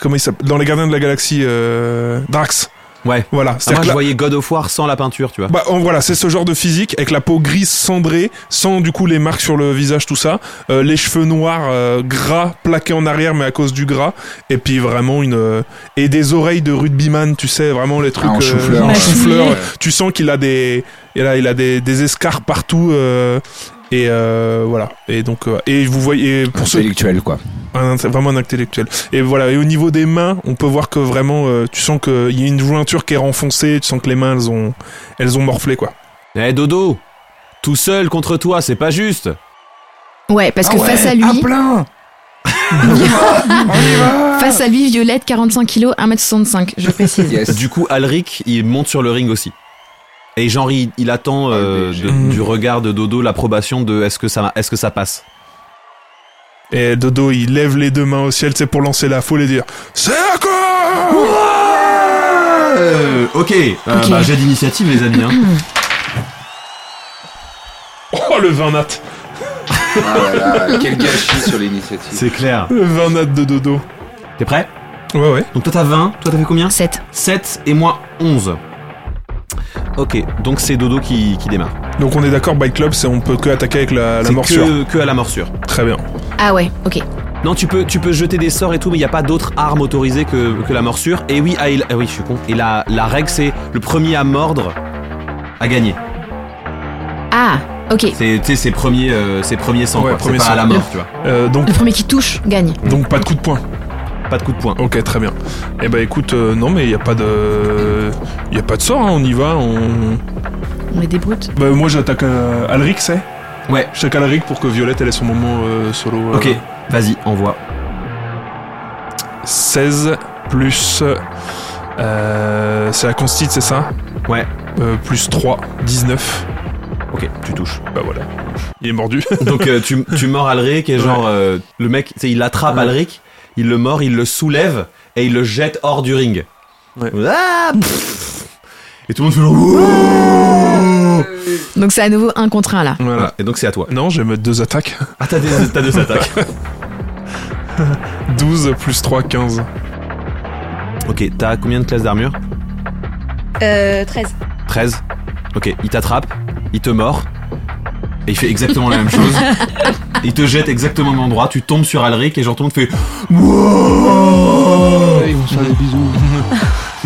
B: Comment il s'appelle Dans les gardiens de la galaxie. euh, Drax.
A: Ouais.
B: Voilà.
A: Ah, moi,
B: C'est-à-dire que
A: je
B: la-
A: voyais God of War sans la peinture, tu vois.
B: Bah en- voilà, c'est ce genre de physique avec la peau grise cendrée, sans du coup les marques sur le visage, tout ça, Euh, les cheveux noirs euh, gras plaqués en arrière, mais à cause du gras, et puis vraiment une euh, et des oreilles de rugbyman, tu sais vraiment les trucs
F: Ah,
B: euh,
F: en chou-fleur,
B: en
F: ouais.
B: chou-fleur.
F: Ouais.
B: Tu sens qu'il a des il a, il a des, des escarres partout. euh, et euh, voilà. Et donc euh, et vous voyez et pour ceux
F: Intellectuel, quoi.
B: un int- vraiment un intellectuel. Et voilà, et au niveau des mains, on peut voir que vraiment, euh, tu sens qu'il y a une jointure qui est renfoncée, tu sens que les mains, elles ont, elles ont morflé, quoi.
A: Eh Dodo, tout seul contre toi, c'est pas juste.
E: Ouais, parce
A: Ah
E: que face à lui. Face à lui, Violette, 45 kg, 1m65, je précise.
F: Yes.
A: Du coup, Alric, il monte sur le ring aussi. Et genre, il, il attend euh,
F: Ah, le
A: de-
B: BG.
A: du regard de Dodo l'approbation de est-ce que ça, est-ce que ça passe.
B: Et Dodo, il lève les deux mains au ciel, c'est pour lancer la foule et dire C'est encore
H: Euh, ok, euh,
E: Ok.
H: bah j'ai d'initiative, les amis. Hein.
B: Oh le vin nat
F: Ah là là, quel gâchis sur l'initiative.
A: C'est clair.
B: Le vin nat de Dodo.
A: T'es prêt
B: Ouais, ouais.
A: Donc toi t'as 20, toi t'as fait combien
E: 7.
A: 7 et moi 11. Ok, donc c'est Dodo qui, qui démarre.
B: Donc on est d'accord, Bike Club, c'est on peut que attaquer avec la, la
A: C'est
B: morsure.
A: Que, que à la morsure.
B: Très bien.
E: Ah ouais, ok.
A: Non, tu peux, tu peux jeter des sorts et tout, mais il n'y a pas d'autres armes autorisées que, que la morsure. Et oui, ah, et la- ah oui, je suis con. Et la, la règle, c'est le premier à mordre à gagner.
E: Ah, ok.
A: C'est, tu sais, c'est premier, euh, c'est premier sang,
B: Ouais,
A: quoi.
B: premier
A: c'est pas
B: sang.
A: à la mort, tu vois.
B: Euh, donc,
E: Le premier qui touche gagne.
B: donc pas de coup de poing.
A: Pas de coup de poing.
B: Ok, très bien. Eh ben écoute, euh, non mais il y a pas de, il y a pas de sort, hein, on y va. On...
E: On est des brutes.
B: Bah moi j'attaque euh, Alric, c'est
A: Ouais.
B: J'attaque Alric pour que Violette elle ait son moment euh, solo. euh,
A: Ok, vas-y, envoie.
B: 16 plus. euh, c'est la constite, c'est ça
A: Ouais.
B: Euh, plus 3, 19.
A: Ok, tu touches.
B: Bah voilà. Il est mordu.
A: Donc euh, tu, tu mords Alric et genre euh, le mec, tu sais, il attrape Alric, il le mord, il le soulève et il le jette hors du ring.
B: Ouais.
A: Ah, pff. et tout le monde fait genre, Ouh
E: Donc c'est à nouveau un contre un là.
B: voilà.
A: Voilà, et donc c'est à toi.
B: Non, je vais mettre deux attaques.
A: Ah, t'as des- t'as deux attaques.
B: 12 plus 3, 15.
A: Ok, t'as combien de classes d'armure
D: Euh, 13.
A: 13. Ok, il t'attrape, il te mord, et il fait exactement la même chose. Il te jette exactement au même endroit, tu tombes sur Alric et genre tout le monde fait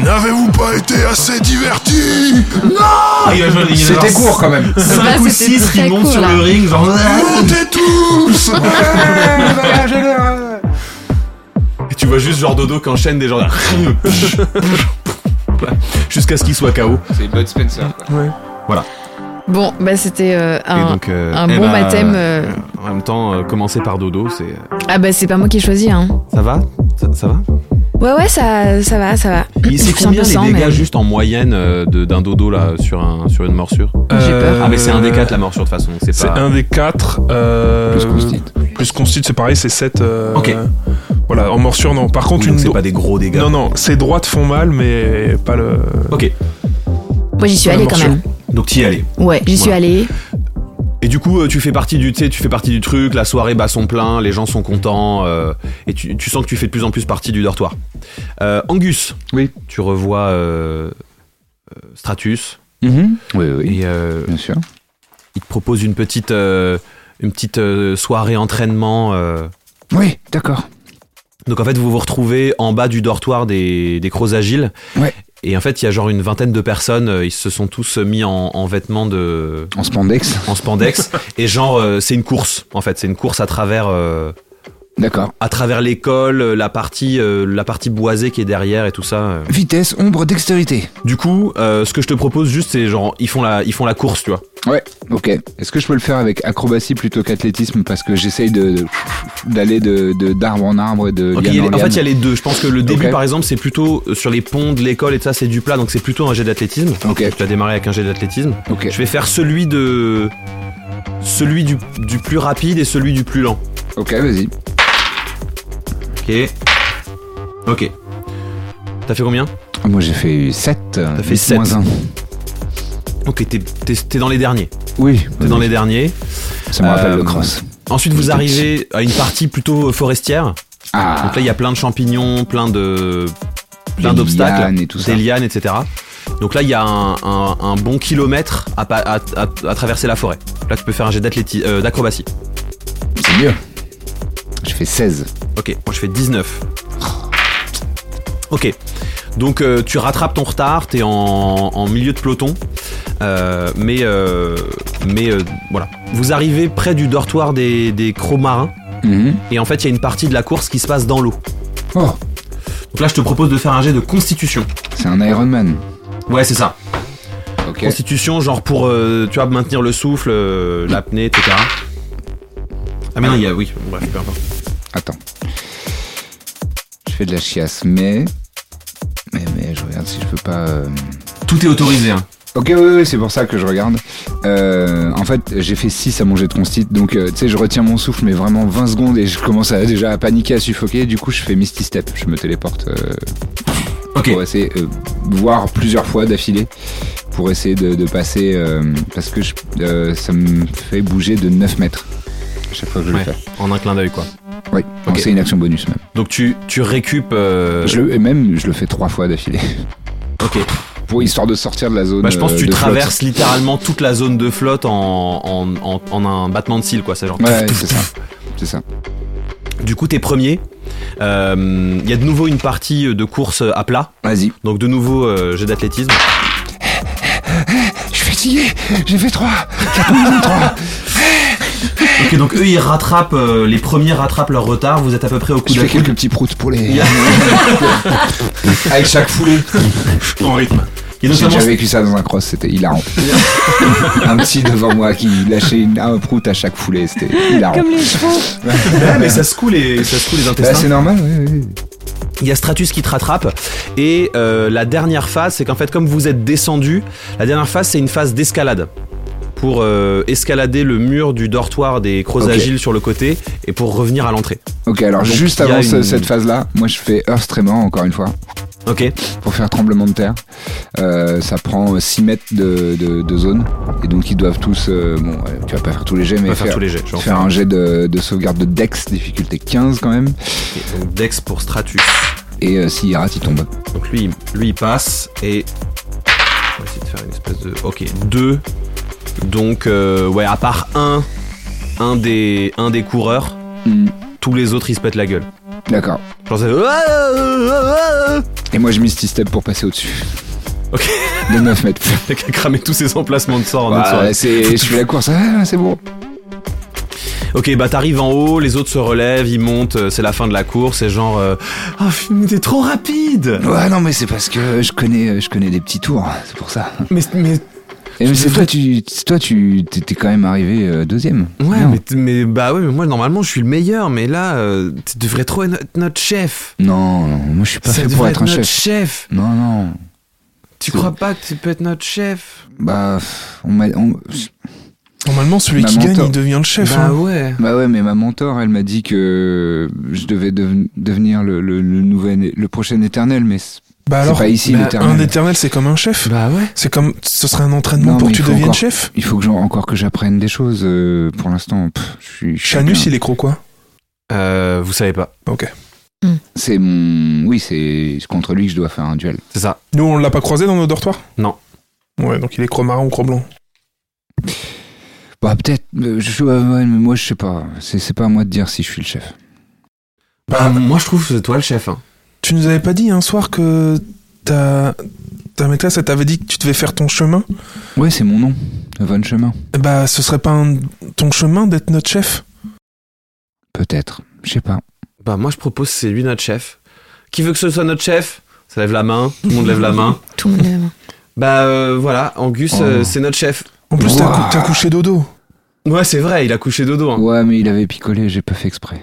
B: N'avez-vous pas été assez diverti
A: Ah, il y a genre- il y a genre
F: C'était court quand même. Ah,
A: 5
E: Là,
A: ou
E: Bah, c'était
A: 6 qui
E: très
A: montent
E: court,
A: sur
E: là.
A: le ring, genre. Ah,
B: Montez tous
A: Et tu vois juste genre Dodo qui enchaîne des gens là. Jusqu'à ce qu'il soit KO.
F: C'est Bud Spencer. Quoi.
E: Bon, bah c'était euh,
A: Et
E: un,
A: donc, euh,
E: un
A: eh
E: bon
A: bah,
E: baptême. euh.
A: En même temps, euh, commencer par Dodo, c'est. euh,
E: Ah bah c'est pas moi qui ai choisi hein.
A: Ça va ça, ça va
E: Ouais ouais, ça, ça va, ça va.
A: Il
E: Je
A: c'est
E: suis un
A: combien
E: peu
A: les
E: sang,
A: dégâts
E: mais-
A: juste en moyenne euh, de- d'un dodo là sur, un, sur une morsure
E: J'ai peur.
A: Ah, mais c'est un des 4 la morsure de toute façon, donc c'est
B: Euh, C'est
A: pas.
B: un des 4.
F: Plus constite.
B: Plus constite, c'est pareil, c'est 7.
A: Ok.
B: Voilà, en morsure, non. Par contre,
A: Oui, donc
B: une.
A: c'est
B: do-
A: pas des gros dégâts.
B: Non, non, ses droites font mal, mais pas le.
A: Ok,
E: Moi j'y suis
B: Ouais,
E: allée
B: bien
E: quand
B: sûr.
E: même.
A: donc t'y allais.
E: Ouais, j'y suis
A: Voilà.
E: allée.
A: Et du coup, euh, tu fais partie du, tu sais, tu fais partie du truc. La soirée bat son plein, les gens sont contents, euh, et tu, tu sens que tu fais de plus en plus partie du dortoir. Euh, Angus,
F: Oui.
A: tu revois euh, euh, Stratus
F: Mhm. Oui, oui.
A: et euh,
F: Bien sûr.
A: il te propose une petite, euh, une petite euh, soirée entraînement. euh.
F: Oui, d'accord.
A: Donc en fait, vous vous retrouvez en bas du dortoir des, des Crocs Agiles.
F: Ouais.
A: Et en fait, il y a genre une vingtaine de personnes. euh, Ils se sont tous mis en, en vêtements de,
F: En spandex.
A: en spandex. et genre, euh, c'est une course, en fait. C'est une course à travers, euh,
F: D'accord.
A: à travers l'école, euh, la partie, euh, la partie boisée qui est derrière et tout ça. euh.
F: Vitesse, ombre, dextérité.
A: Du coup, euh, ce que je te propose juste, c'est genre ils font la, ils font la course, tu vois.
F: Ouais, ok. Est-ce que je peux le faire avec acrobatie plutôt qu'athlétisme parce que j'essaye de de- d'aller de de- d'arbre en arbre et de
A: Ok, il
F: liane
A: y a les- en
F: en
A: fait,
F: liane.
A: il y a les deux. Je pense que le début,
F: Euh, Ok.
A: par exemple, c'est plutôt euh, sur les ponts de l'école et tout ça, c'est du plat, donc c'est plutôt un jet d'athlétisme.
F: Ok.
A: Tu as démarré avec un jet d'athlétisme.
F: Ok.
A: Je vais faire celui de, celui du, du plus rapide et celui du plus lent.
F: Ok, vas-y.
A: Ok. Ok. T'as fait combien
F: Ah, Moi j'ai fait 7. T'as
A: fait sept.
F: Moins 1.
A: Ok, t'es- t'es t'es dans les derniers.
F: Oui,
A: T'es dans les derniers.
F: ça me rappelle
A: Euh,
F: le cross.
A: Ensuite, vous arrivez à une partie plutôt forestière.
F: Ah,
A: Donc là, il y a plein de champignons, plein de plein
F: Des
A: d'obstacles,
F: lianes et tout ça.
A: des lianes, etc. Donc là, il y a un, un- un bon kilomètre à, pa- à- à- à traverser la forêt. Là, tu peux faire un jet d'athléti- euh, d'acrobatie.
F: c'est mieux. J'ai fait 16.
A: Ok, moi je fais 19. Ok, donc euh, tu rattrapes ton retard, t'es en, en milieu de peloton, Euh, mais euh, mais euh, voilà. Vous arrivez près du dortoir des, des crocs marins,
F: Mhm.
A: et en fait, il y a une partie de la course qui se passe dans l'eau.
F: Oh,
A: Donc là, je te propose de faire un jet de constitution.
F: c'est un Ironman.
A: Ouais, c'est ça.
F: Ok.
A: Constitution, genre pour, euh, tu vois, maintenir le souffle, euh, l'apnée, etc. Ah mais non, il y a, oui, bref, peu importe.
F: Attends. Je fais de la chiasse, mais. Mais, mais je regarde si je peux pas. euh,
G: Tout est autorisé. Hein.
F: Ok, oui, oui, c'est pour ça que je regarde. Euh, en fait, j'ai fait 6 à mon jet de constit, donc euh, tu sais, je retiens mon souffle, mais vraiment 20 secondes et je commence à, déjà à paniquer, à suffoquer. Du coup, je fais Misty Step, je me téléporte euh,
G: Ok.
F: pour essayer, euh, voir plusieurs fois d'affilée, pour essayer de, de passer, euh, parce que je- euh, ça me fait bouger de 9 mètres à chaque fois que je
A: Ouais.
F: le fais.
A: En un clin d'œil, quoi.
F: Oui,
A: Ok.
F: c'est une action bonus même.
A: Donc tu, tu récupes. euh,
F: Je le, et même, je le fais 3 fois d'affilée,
A: Ok.
F: pour histoire de sortir de la zone.
A: Bah, je pense que
F: euh,
A: tu
F: de flotte.
A: traverses littéralement toute la zone de flotte en, en, en- en un battement de cils, quoi. C'est genre.
F: Ouais, c'est ça. C'est ça.
A: Du coup, t'es premier. Euh, Il y a de nouveau une partie de course à plat.
F: Vas-y.
A: Donc de nouveau euh, jet d'athlétisme.
F: Je suis fatigué, j'ai fait 3.
A: Ok, donc eux ils rattrapent, euh, les premiers rattrapent leur retard. Vous êtes à peu près au coup
F: Je
A: de
F: fais quelques petits proutes pour les.
A: Yeah.
F: Avec chaque foulée.
B: En rythme.
A: Il y a
F: J'ai
A: notamment
F: déjà vécu ça dans un cross, c'était hilarant. un petit devant moi qui lâchait une, un prout à chaque foulée, c'était hilarant.
C: Comme les chevaux.
A: Ouais, mais ça se coule les, ça se coule les
F: Bah,
A: intestins.
F: c'est normal, oui, oui.
A: Il y a Stratus qui te rattrape. Et euh, la dernière phase, c'est qu'en fait, comme vous êtes descendu, la dernière phase, c'est une phase d'escalade. Pour euh, escalader le mur du dortoir des crocs
F: Ok.
A: agiles sur le côté et pour revenir à l'entrée.
F: Ok, alors
A: Donc,
F: juste
A: il y a
F: avant ce-
A: une-
F: cette phase-là, moi je fais Earth Tremor encore une fois,
A: Ok
F: pour faire tremblement de terre. Euh, ça prend 6 mètres de, de- de zone, et donc ils doivent tous. euh, bon, ouais, tu vas pas faire tous les jets,
A: On
F: mais
A: va faire tous les jets. Je vais en
F: faire un jet de, de sauvegarde de Dex, difficulté 15 quand même,
A: faire. Donc Dex pour Stratus.
F: et euh, s'il rate, il tombe.
A: Donc lui, il- lui il passe et. On va essayer de faire une espèce de. Ok, 2. Donc, euh, ouais, à part un, un des, un des coureurs,
F: Hmm,
A: tous les autres ils se pètent la gueule.
F: D'accord.
A: Genre, euh, c'est.
F: Et moi je misty step pour passer au-dessus.
A: Ok.
F: De 9 mètres.
A: T'as qu'à cramer tous ses emplacements de sort en une
F: Bah,
A: soirée.
F: c'est, je fais la course, ah, c'est bon.
A: Ok, bah t'arrives en haut, les autres se relèvent, ils montent, euh, c'est la fin de la course, et genre... euh, Ah, mais t'es trop rapide
F: Ouais, non, mais c'est parce que je connais, je connais des petits tours, hein, c'est pour ça.
A: Mais... mais
F: Et mais c'est toi, tu, c'est toi, tu, t'es t'es quand même arrivé euh, deuxième.
A: ouais,
F: Non.
A: mais, t- mais... Bah ouais, mais moi, normalement, je suis le meilleur, mais là, euh, tu devrais trop être notre- notre chef
F: Non, non, moi je suis pas
A: Ça
F: fait
A: devrait
F: pour être un
A: notre
F: chef.
A: chef
F: Non, non.
A: Tu
F: C'est-
A: crois pas que tu peux être notre chef
F: Bah, pff, on m'a, on-
B: Normalement, celui
F: Ma
B: qui gagne,
F: mentor.
B: il devient le chef.
A: Bah
B: hein.
A: ouais
F: bah ouais, mais ma mentor, elle m'a dit que je devais deven- devenir le, le, le nouvel, le prochain éternel, mais c'est-
B: Bah
F: c'est
B: alors,
F: pas ici
B: bah,
F: l'éternel.
B: un éternel, c'est comme un chef.
A: Bah ouais
B: C'est comme, ce serait un entraînement
F: Non,
B: pour
F: mais
B: que tu
F: il faut
B: deviennes
F: encore-
B: chef.
F: il faut que j'en, encore que j'apprenne des choses. euh, pour l'instant, pff, je suis. je suis
B: Chanus,
F: bien.
B: il est croc quoi Bah,
A: Euh, vous savez pas,
F: C'est mon, oui, c'est contre lui que je dois faire un duel.
A: c'est ça.
B: Nous, on l'a pas croisé dans nos dortoirs
A: Non.
B: Ouais, donc il est croc marron ou croc blanc.
F: Bah peut-être, euh, je, ouais, ouais, mais moi je sais pas, c'est c'est pas à moi de dire si je suis le chef.
A: Bah moi, je trouve que c'est toi le chef, hein.
B: Tu nous avais pas dit un soir que ta, ta maîtresse, elle t'avait dit que tu devais faire ton chemin
F: Ouais c'est mon nom, Von Chemin,
B: Eh Bah, ce serait pas un- ton chemin d'être notre chef
F: peut-être. Je sais pas.
A: Bah moi je propose c'est lui notre chef. Qui veut que ce soit notre chef Ça lève la main, tout le monde lève la main.
E: Tout le monde lève la main.
A: Bah euh, voilà, Angus
F: Oh.
A: euh, c'est notre chef.
B: En plus, t'as
F: Ouah.
B: cou- t'as couché dodo.
A: Ouais c'est vrai, il a couché dodo. Hein.
F: Ouais, mais il avait picolé, j'ai pas fait exprès.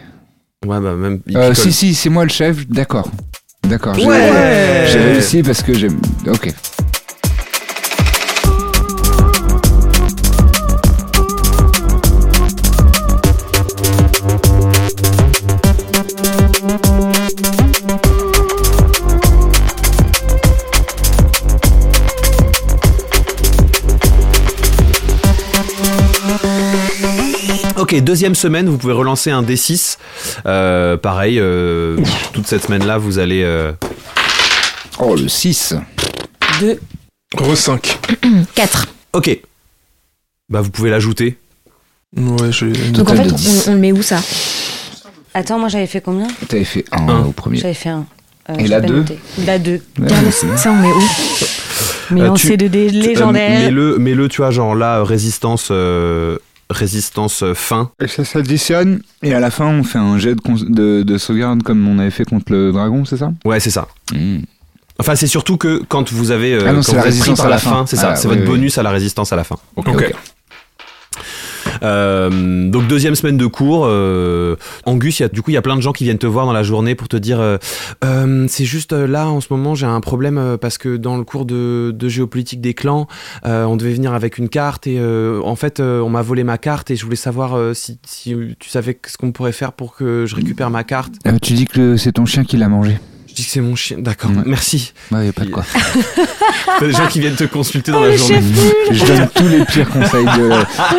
A: Ouais bah même... il
F: Euh,
A: picole.
F: si, si, c'est moi le chef, d'accord. D'accord. j'ai-
A: Ouais.
F: J'ai réussi parce que j'ai. Ok.
A: Ok, deuxième semaine, vous pouvez relancer un D6. Euh, pareil, euh, toute cette semaine-là, vous allez... euh,
F: Oh, le 6.
C: Deux.
B: Re 5.
E: 4.
A: Ok. Bah vous pouvez l'ajouter.
B: Ouais, j'ai.
E: Donc en
F: Total
E: fait,
F: de dix.
E: on, on le met où ça
C: Attends, moi j'avais fait combien
F: T'avais fait
A: Un.
F: 1 au premier.
C: J'avais fait un. Euh,
F: Et
C: j'ai
F: la
C: pas
F: deux
C: noté. La deux.
F: Ouais, c'est-
E: Ça, on met où
C: Mais
A: Euh,
C: non,
A: tu-
C: c'est de dés
A: Euh,
C: légendaires.
A: mets-le, mets-le, tu vois, genre là, euh, résistance... euh, Résistance euh, fin.
F: Et ça s'additionne. Et à la fin, on fait un jet de, cons- de, de sauvegarde comme on avait fait contre le dragon, c'est ça
A: Ouais, c'est ça.
F: Mm.
A: Enfin, c'est surtout que quand vous avez. euh,
F: Ah non,
A: quand
F: c'est
A: vous
F: la
A: êtes pris
F: résistance
A: par
F: à
A: la
F: la
A: fin.
F: fin.
A: C'est ça,
F: Ah,
A: c'est
F: oui,
A: votre
F: oui.
A: bonus à la résistance à la fin.
F: Ok.
B: Ok.
F: ok.
A: Euh, donc deuxième semaine de cours, euh, Angus, il y a- du coup il y a plein de gens qui viennent te voir dans la journée pour te dire euh, Euh, c'est juste euh, là en ce moment j'ai un problème euh, parce que dans le cours de, de géopolitique des clans euh, on devait venir avec une carte et euh, en fait euh, on m'a volé ma carte et je voulais savoir euh, si, si tu savais ce qu'on pourrait faire pour que je récupère ma carte.
F: Euh, tu dis que le- c'est ton chien qui l'a mangé.
A: Je dis que c'est mon chien, d'accord,
F: Ouais.
A: merci.
F: Ouais, y a pas de quoi.
A: Les gens qui viennent te consulter
E: Oh,
A: dans la journée.
F: je donne tous les pires conseils. De...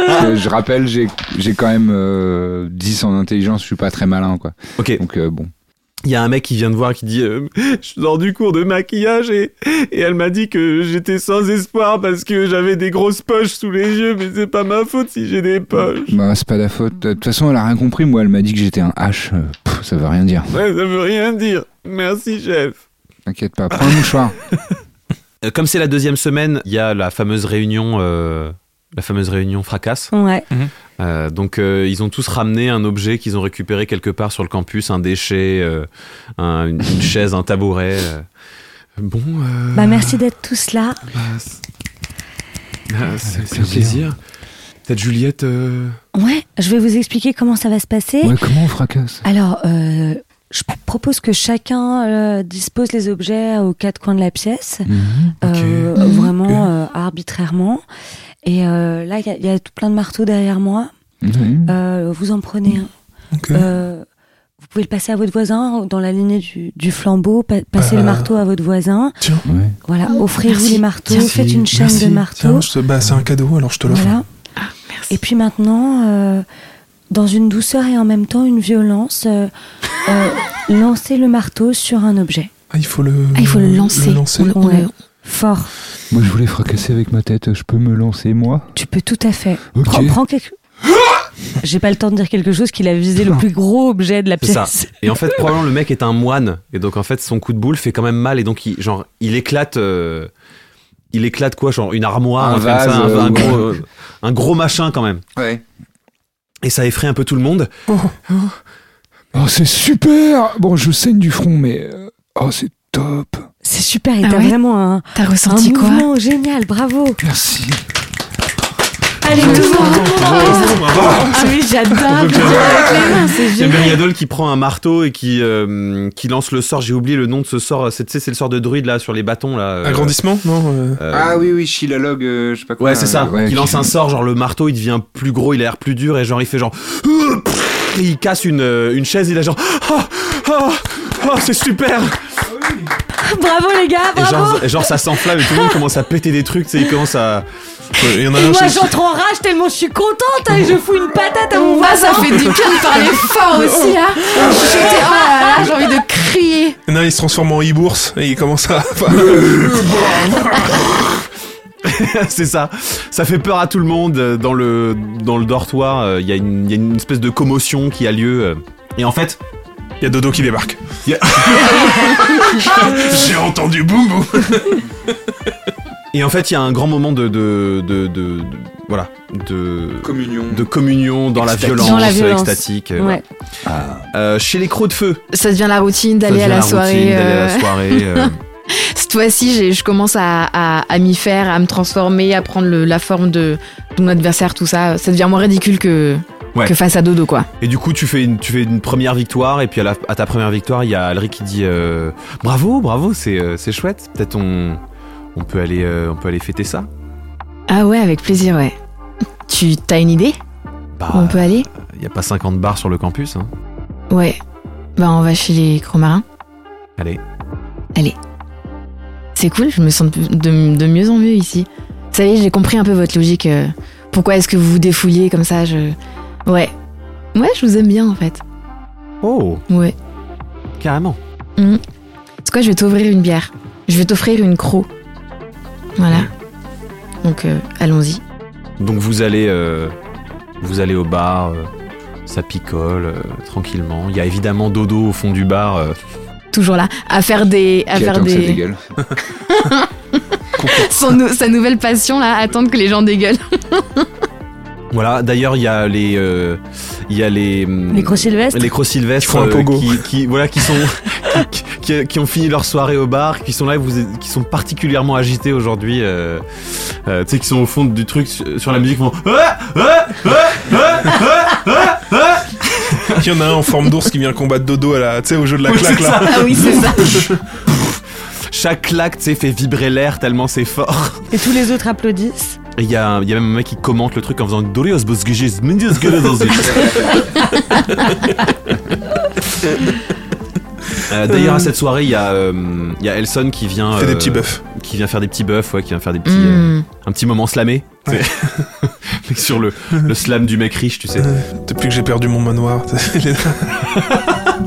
F: parce que je rappelle, j'ai j'ai quand même euh, 10 en intelligence, je suis pas très malin, quoi.
A: Ok.
F: Donc euh, bon.
A: Il y a un mec qui vient de voir qui dit euh, Je sors du cours de maquillage et, et elle m'a dit que j'étais sans espoir parce que j'avais des grosses poches sous les yeux, mais c'est pas ma faute si j'ai des poches.
F: Bah, c'est pas la faute. De toute façon, elle a rien compris. Moi, elle m'a dit que j'étais un H. Euh, pff, ça veut rien dire.
A: Ouais, ça veut rien dire. Merci, chef.
F: T'inquiète pas. Prends un mouchoir.
A: Euh, Comme c'est la deuxième semaine, il y a la fameuse réunion. euh, La fameuse réunion fracasse.
C: Ouais.
A: Euh, donc, euh, ils ont tous ramené un objet qu'ils ont récupéré quelque part sur le campus, un déchet, euh, un- une, une chaise, un tabouret. euh. Bon, euh,
C: Bah merci d'être tous là.
A: bah, c'est- ah, c'est c'est un
F: plaisir.
A: plaisir. Peut-être Juliette. euh,
C: Ouais, je vais vous expliquer comment ça va se passer.
F: Ouais, comment on fracasse
C: Alors, euh, je propose que chacun euh, dispose les objets aux quatre coins de la pièce,
F: Mhm.
C: euh,
E: Mhm.
C: vraiment euh, arbitrairement. Et euh, là, il y a- il y, a tout plein de marteaux derrière moi.
F: Mhm.
C: Euh, vous en prenez un.
B: Ok.
C: Euh, vous pouvez le passer à votre voisin dans la lignée du, du flambeau. pa- passer le marteau à votre voisin.
F: Ouais.
C: Voilà,
E: Oh,
C: offrez-vous
E: merci.
C: les marteaux.
E: Merci.
C: Faites une chaîne
B: Merci.
C: de marteaux.
B: Tiens, je te- bah, c'est un cadeau, alors je te l'offre.
C: Voilà.
E: merci.
C: Et puis maintenant, euh, dans une douceur et en même temps une violence, euh, euh, lancez le marteau sur un objet.
B: Ah, il faut le.
E: Ah, il faut le lancer. On le- on le-
C: Ouais. Fort,
F: Moi, je voulais fracasser avec ma tête. Je peux me lancer, moi
C: tu peux tout à fait.
F: Ok.
C: Prends, prends quelque. J'ai pas le temps de dire quelque chose qu'il a visé le plus gros objet de la
A: C'est ça.
C: pièce.
A: Et en fait, probablement le mec est un moine. Et donc, en fait, son coup de boule fait quand même mal. Et donc, il, genre, il éclate. euh, il éclate quoi Genre une armoire,
F: Un
A: truc comme ça,
F: vase,
A: un,
F: euh,
A: un
F: ou-
A: gros, euh, un gros machin quand même.
F: Ouais.
A: Et ça effraie un peu tout le monde.
F: Oh, c'est super Bon, je saigne du front, mais... euh, Oh, c'est top
C: C'est super, et
E: Ah
C: t'as
E: ouais
C: vraiment un,
E: T'as
C: un
E: ressenti quoi
C: mouvement génial, bravo.
F: Merci
E: Allez, tout le
C: Oh,
E: monde Ah mais j'adore
A: Donc, j'adore.
E: avec les mains, c'est
A: Il y a
E: génial.
A: Beriadol qui prend un marteau et qui, euh, qui lance le sort. J'ai oublié le nom de ce sort. C'est, tu sais, c'est le sort de druide là sur les bâtons là. euh,
B: Agrandissement Non euh,
A: euh,
F: Ah oui, oui, Shilalogue, euh, je sais pas quoi.
A: Ouais, c'est ça.
F: euh, ouais,
A: il lance
F: qui-
A: un sort, genre le marteau, il devient plus gros, il a l'air plus dur, et genre il fait genre. Et il casse une, euh, une chaise, il a genre. Ah, ah, ah, c'est super!
E: ben-
C: Bravo les gars,
A: Et
C: bravo.
A: genre, et genre, ça s'enflamme et tout le monde commence à péter des trucs, tu sais, il commence à.
B: Il y en a
C: Et
B: un
C: moi
B: chez-
C: j'entre en rage tellement je suis contente hein, et je fous une patate à mon
E: Ah,
C: voisin.
E: ça fait du bien de parler
A: Oh.
E: fort aussi là. J'étais oh là là, j'ai envie de crier.
B: il y en a un, il se transforme en e-bourse et il commence à.
A: c'est ça. Ça fait peur à tout le monde. euh, Dans le, dans le dortoir, euh, il y, a une- il y a une espèce de commotion qui a lieu. euh. Et en fait,
B: Il y a Dodo qui débarque.
A: Il y a-
B: J'ai entendu boum boum
A: Et en fait, il y a un grand moment de, de, de, de- de- voilà, de,
F: Communion.
A: de communion dans la
F: Extatique.
A: violence,
E: Dans la
A: euh,
E: violence.
A: extatique. euh,
C: Ouais.
A: Euh, chez les crocs de feu,
E: Ça devient la routine
A: ça
E: d'aller
A: devient
E: à la,
A: routine
E: soirée.
A: d'aller à
E: euh,
A: la soirée. euh,
E: Cette fois-ci, j'ai- je commence à, à, à m'y faire, à me transformer, à prendre le- la forme de, de mon adversaire, tout ça. Ça devient moins ridicule que,
A: Ouais.
E: que face à Dodo, quoi.
A: Et du coup, tu fais une, tu fais une première victoire, et puis à, la- à ta première victoire, il y a Alric qui dit euh, bravo, bravo, c'est euh, c'est chouette. Peut-être on, on peut aller euh, on peut aller fêter ça.
E: Ah ouais, avec plaisir, ouais. Tu as une idée
A: Bah,
E: où on peut aller
A: il y a pas 50 bars sur le campus. Hein.
E: Ouais. Bah, on va chez les Cromarins.
A: Allez.
E: Allez. C'est cool, je me sens de, de- de mieux en mieux ici. Ça y est, j'ai compris un peu votre logique. euh, Pourquoi est-ce que vous vous défouliez comme ça je... Ouais. Ouais, je vous aime bien en fait.
A: Oh,
E: Ouais.
A: carrément.
E: C'est quoi, je vais t'ouvrir une bière. Je vais t'offrir une croc. Voilà. Donc, euh, allons-y.
A: Donc vous allez euh, vous allez au bar, euh, ça picole euh, tranquillement. Il y a évidemment Dodo au fond du bar. euh,
E: Toujours là, à faire des. À
F: Qui
E: faire
F: attend que ça
E: des...
F: dégueule.
E: son nou- sa nouvelle passion, là, attendre que les gens dégueulent.
A: voilà. D'ailleurs, il y a les euh, il y a les hum,
C: Les gros Sylvestre.
A: les crocs-sylvestres
B: Qui font un
A: euh,
B: pogo.
A: qui, qui- voilà qui sont qui, qui- qui ont fini leur soirée au bar qui sont là et vous qui sont particulièrement agités aujourd'hui euh, euh, tu sais qui sont au fond du truc sur, sur la musique qui font Ah Ah Ah Ah Ah Ah Ah
B: Il y en a un en forme d'ours qui vient combattre Dodo à la, tu sais, au jeu de la
A: Oui,
B: claque
A: c'est
B: là.
E: Ah oui, c'est ça.
A: chaque claque tu sais fait vibrer l'air tellement c'est fort
C: Et tous les autres applaudissent.
A: et il y a, un- il y a même un mec qui commente le truc en faisant Dorios Bosgigis, Mindios Gurozis. Euh, D'ailleurs à cette soirée il y a euh, il y a Elson qui vient
B: Fait des
A: euh,
B: petits bœufs.
A: qui vient faire des petits bœufs, ouais, qui vient faire des petits, euh,
E: Hmm.
A: un petit moment slamé. tu sais. sur le, le slam du mec riche, tu sais.
B: Depuis que j'ai perdu mon manoir. Les-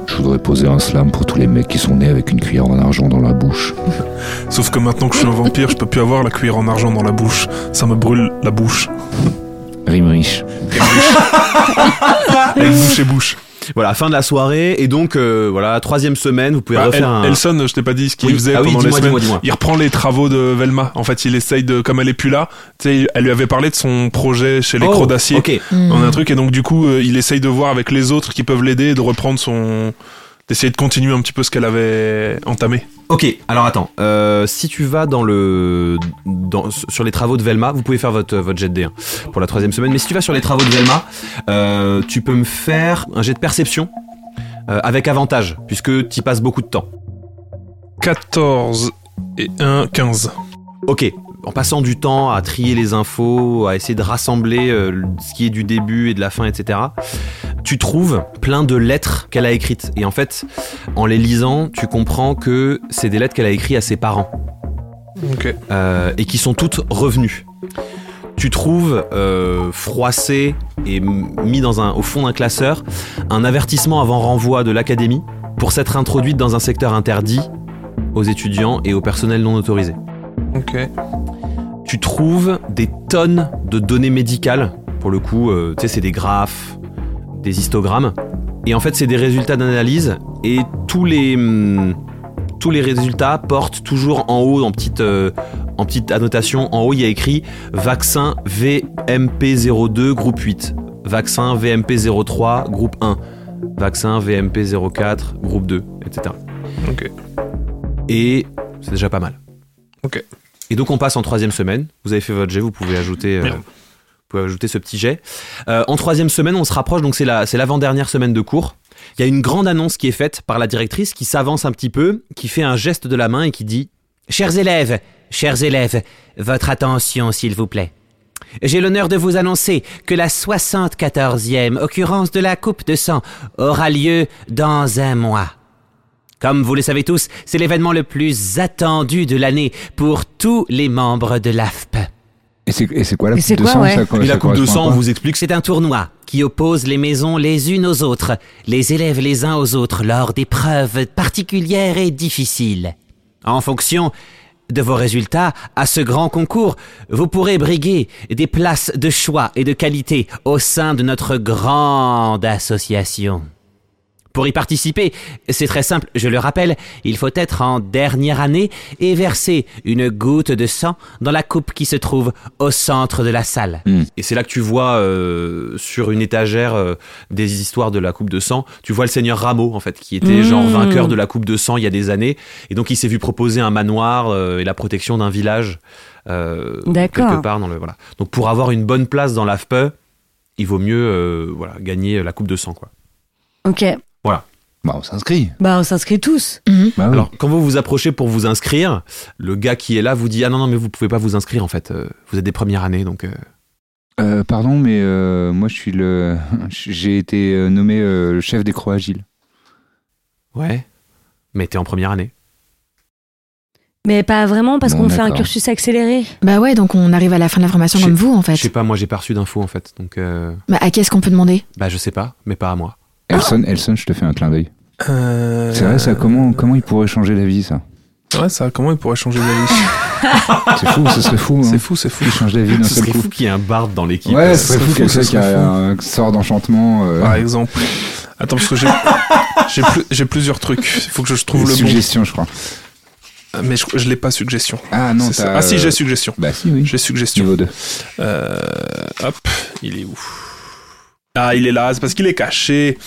F: Je voudrais poser un slam pour tous les mecs qui sont nés avec une cuillère en argent dans la bouche.
B: Sauf que maintenant que je suis un vampire, je peux plus avoir la cuillère en argent dans la bouche. Ça me brûle la bouche.
F: Rime riche.
B: Avec bouche et bouche.
A: Voilà, fin de la soirée, et donc, euh, voilà, troisième semaine, vous pouvez
B: Ah,
A: refaire un.
B: El- Elson, je t'ai pas dit ce qu'il
A: Oui,
B: faisait
A: ah oui,
B: pendant les
A: dis-moi,
B: semaines.
A: dis-moi, dis-moi.
B: Il reprend les travaux de Velma. En fait, il essaye de, comme elle est plus là, tu sais, elle lui avait parlé de son projet chez les
A: Oh,
B: Crocs d'acier.
A: Ok,
E: Hmm.
B: On a un truc et donc du coup, euh, il essaye de voir avec les autres qui peuvent l'aider et de reprendre son, d'essayer de continuer un petit peu ce qu'elle avait entamé.
A: ok, alors attends. euh, si tu vas dans le. dans- sur les travaux de Velma, vous pouvez faire votre, votre jet de dés, hein, pour la troisième semaine, mais si tu vas sur les travaux de Velma, euh, tu peux me faire un jet de perception euh, avec avantage, puisque tu passes beaucoup de temps.
B: 14 et 1, 15.
A: Ok, en passant du temps à trier les infos, à essayer de rassembler euh, ce qui est du début et de la fin, etc., tu trouves plein de lettres qu'elle a écrites. Et en fait, en les lisant, tu comprends que c'est des lettres qu'elle a écrites à ses parents
B: Ok.
A: euh, et qui sont toutes revenues. Tu trouves euh, froissé et m- mis dans un, au fond d'un classeur un avertissement avant renvoi de l'académie pour s'être introduite dans un secteur interdit aux étudiants et au personnel non autorisé
B: Ok.
A: tu trouves des tonnes de données médicales. Pour le coup, euh, tu sais, c'est des graphes, des histogrammes. Et en fait, c'est des résultats d'analyse. Et tous les, hum, tous les résultats portent toujours en haut, en petite, euh, en petite annotation, en haut, il y a écrit vaccin VMP02 groupe 8, vaccin VMP03 groupe 1, vaccin VMP04 groupe 2, etc.
B: Ok.
A: Et c'est déjà pas mal.
B: Ok.
A: Et donc on passe en troisième semaine. Vous avez fait votre jet, vous pouvez ajouter, euh,
B: Merde.
A: vous pouvez ajouter ce petit jet. Euh, en troisième semaine, on se rapproche, donc c'est la- c'est l'avant-dernière semaine de cours. Il y a une grande annonce qui est faite par la directrice qui s'avance un petit peu, qui fait un geste de la main et qui dit Chers élèves, chers élèves, votre attention s'il vous plaît. J'ai l'honneur de vous annoncer que la 74e occurrence de la coupe de sang aura lieu dans un mois. Comme vous le savez tous, c'est l'événement le plus attendu de l'année pour tous les membres de l'AFP.
F: Et c'est et c'est quoi la
C: Et
F: coupe
C: c'est
F: de
C: quoi,
F: sang
C: ouais
F: ça, quoi,
A: Et la
F: ça
A: coupe de
F: correspond à
A: sang
F: quoi
A: vous explique
I: C'est un tournoi qui oppose les maisons les unes aux autres, les élèves les uns aux autres lors d'épreuves particulières et difficiles. En fonction de vos résultats à ce grand concours, vous pourrez briguer des places de choix et de qualité au sein de notre grande association. Pour y participer, c'est très simple, je le rappelle, il faut être en dernière année et verser une goutte de sang dans la coupe qui se trouve au centre de la salle.
A: Et c'est là que tu vois euh, sur une étagère euh, des histoires de la Coupe de Sang. Tu vois le seigneur Rameau, en fait, qui était
I: Mmh.
A: genre vainqueur de la Coupe de Sang il y a des années. Et donc, il s'est vu proposer un manoir euh, et la protection d'un village. euh,
C: D'accord.
A: Quelque part dans le. Voilà. Donc, pour avoir une bonne place dans l'AFPE, il vaut mieux euh, voilà, gagner la Coupe de Sang, quoi.
C: Ok.
F: Bah, on s'inscrit.
C: Bah, on s'inscrit tous.
E: Mmh.
F: Bah oui.
A: Alors, quand vous vous approchez pour vous inscrire, le gars qui est là vous dit Ah non, non, mais vous pouvez pas vous inscrire, en fait. euh, Vous êtes des premières années, donc. euh,
F: Euh, pardon, mais euh, moi, je suis le. J'ai été euh, nommé euh, le chef des Croix Agiles.
A: ouais. Mais t'es en première année.
C: Mais pas vraiment parce
F: Bon,
C: qu'on fait un
F: d'accord.
C: cursus accéléré.
E: Bah ouais, donc on arrive à la fin de la formation
A: Je-
E: comme vous, en
A: Je sais
E: fait.
A: pas, moi j'ai pas reçu d'infos en fait, donc euh,
E: Bah à qui est-ce qu'on peut demander
A: bah je sais pas, mais pas à moi.
F: Elson, Elson, je te fais un clin d'œil.
B: Euh,
F: C'est vrai, ça, comment, comment il pourrait changer la vie, ça
B: Ouais, ça, comment il pourrait changer la vie
F: C'est fou, ce serait fou.
B: C'est
F: hein.
B: fou, c'est fou.
F: Il change la vie d'un
A: Ce
F: seul
A: serait
F: coup.
A: fou qu'il y ait un barde dans l'équipe.
F: Ouais,
B: ce
F: ce serait
B: serait
F: fou
B: fou,
F: quelqu'un
B: ce
F: qui
B: serait
F: a un sort d'enchantement. euh,
B: Par exemple. Attends, parce que j'ai j'ai plus- j'ai plusieurs trucs. Il faut que je trouve le
F: suggestion, je crois.
B: bon. Mais je, je l'ai pas suggestion.
F: Ah non,
B: C'est ça.
F: t'as,
B: ah si,
F: euh,
B: j'ai suggestion.
F: Bah si, oui.
B: J'ai suggestion.
F: Niveau 2.
B: Euh, hop, il est où Ah, il est là, c'est parce qu'il est caché.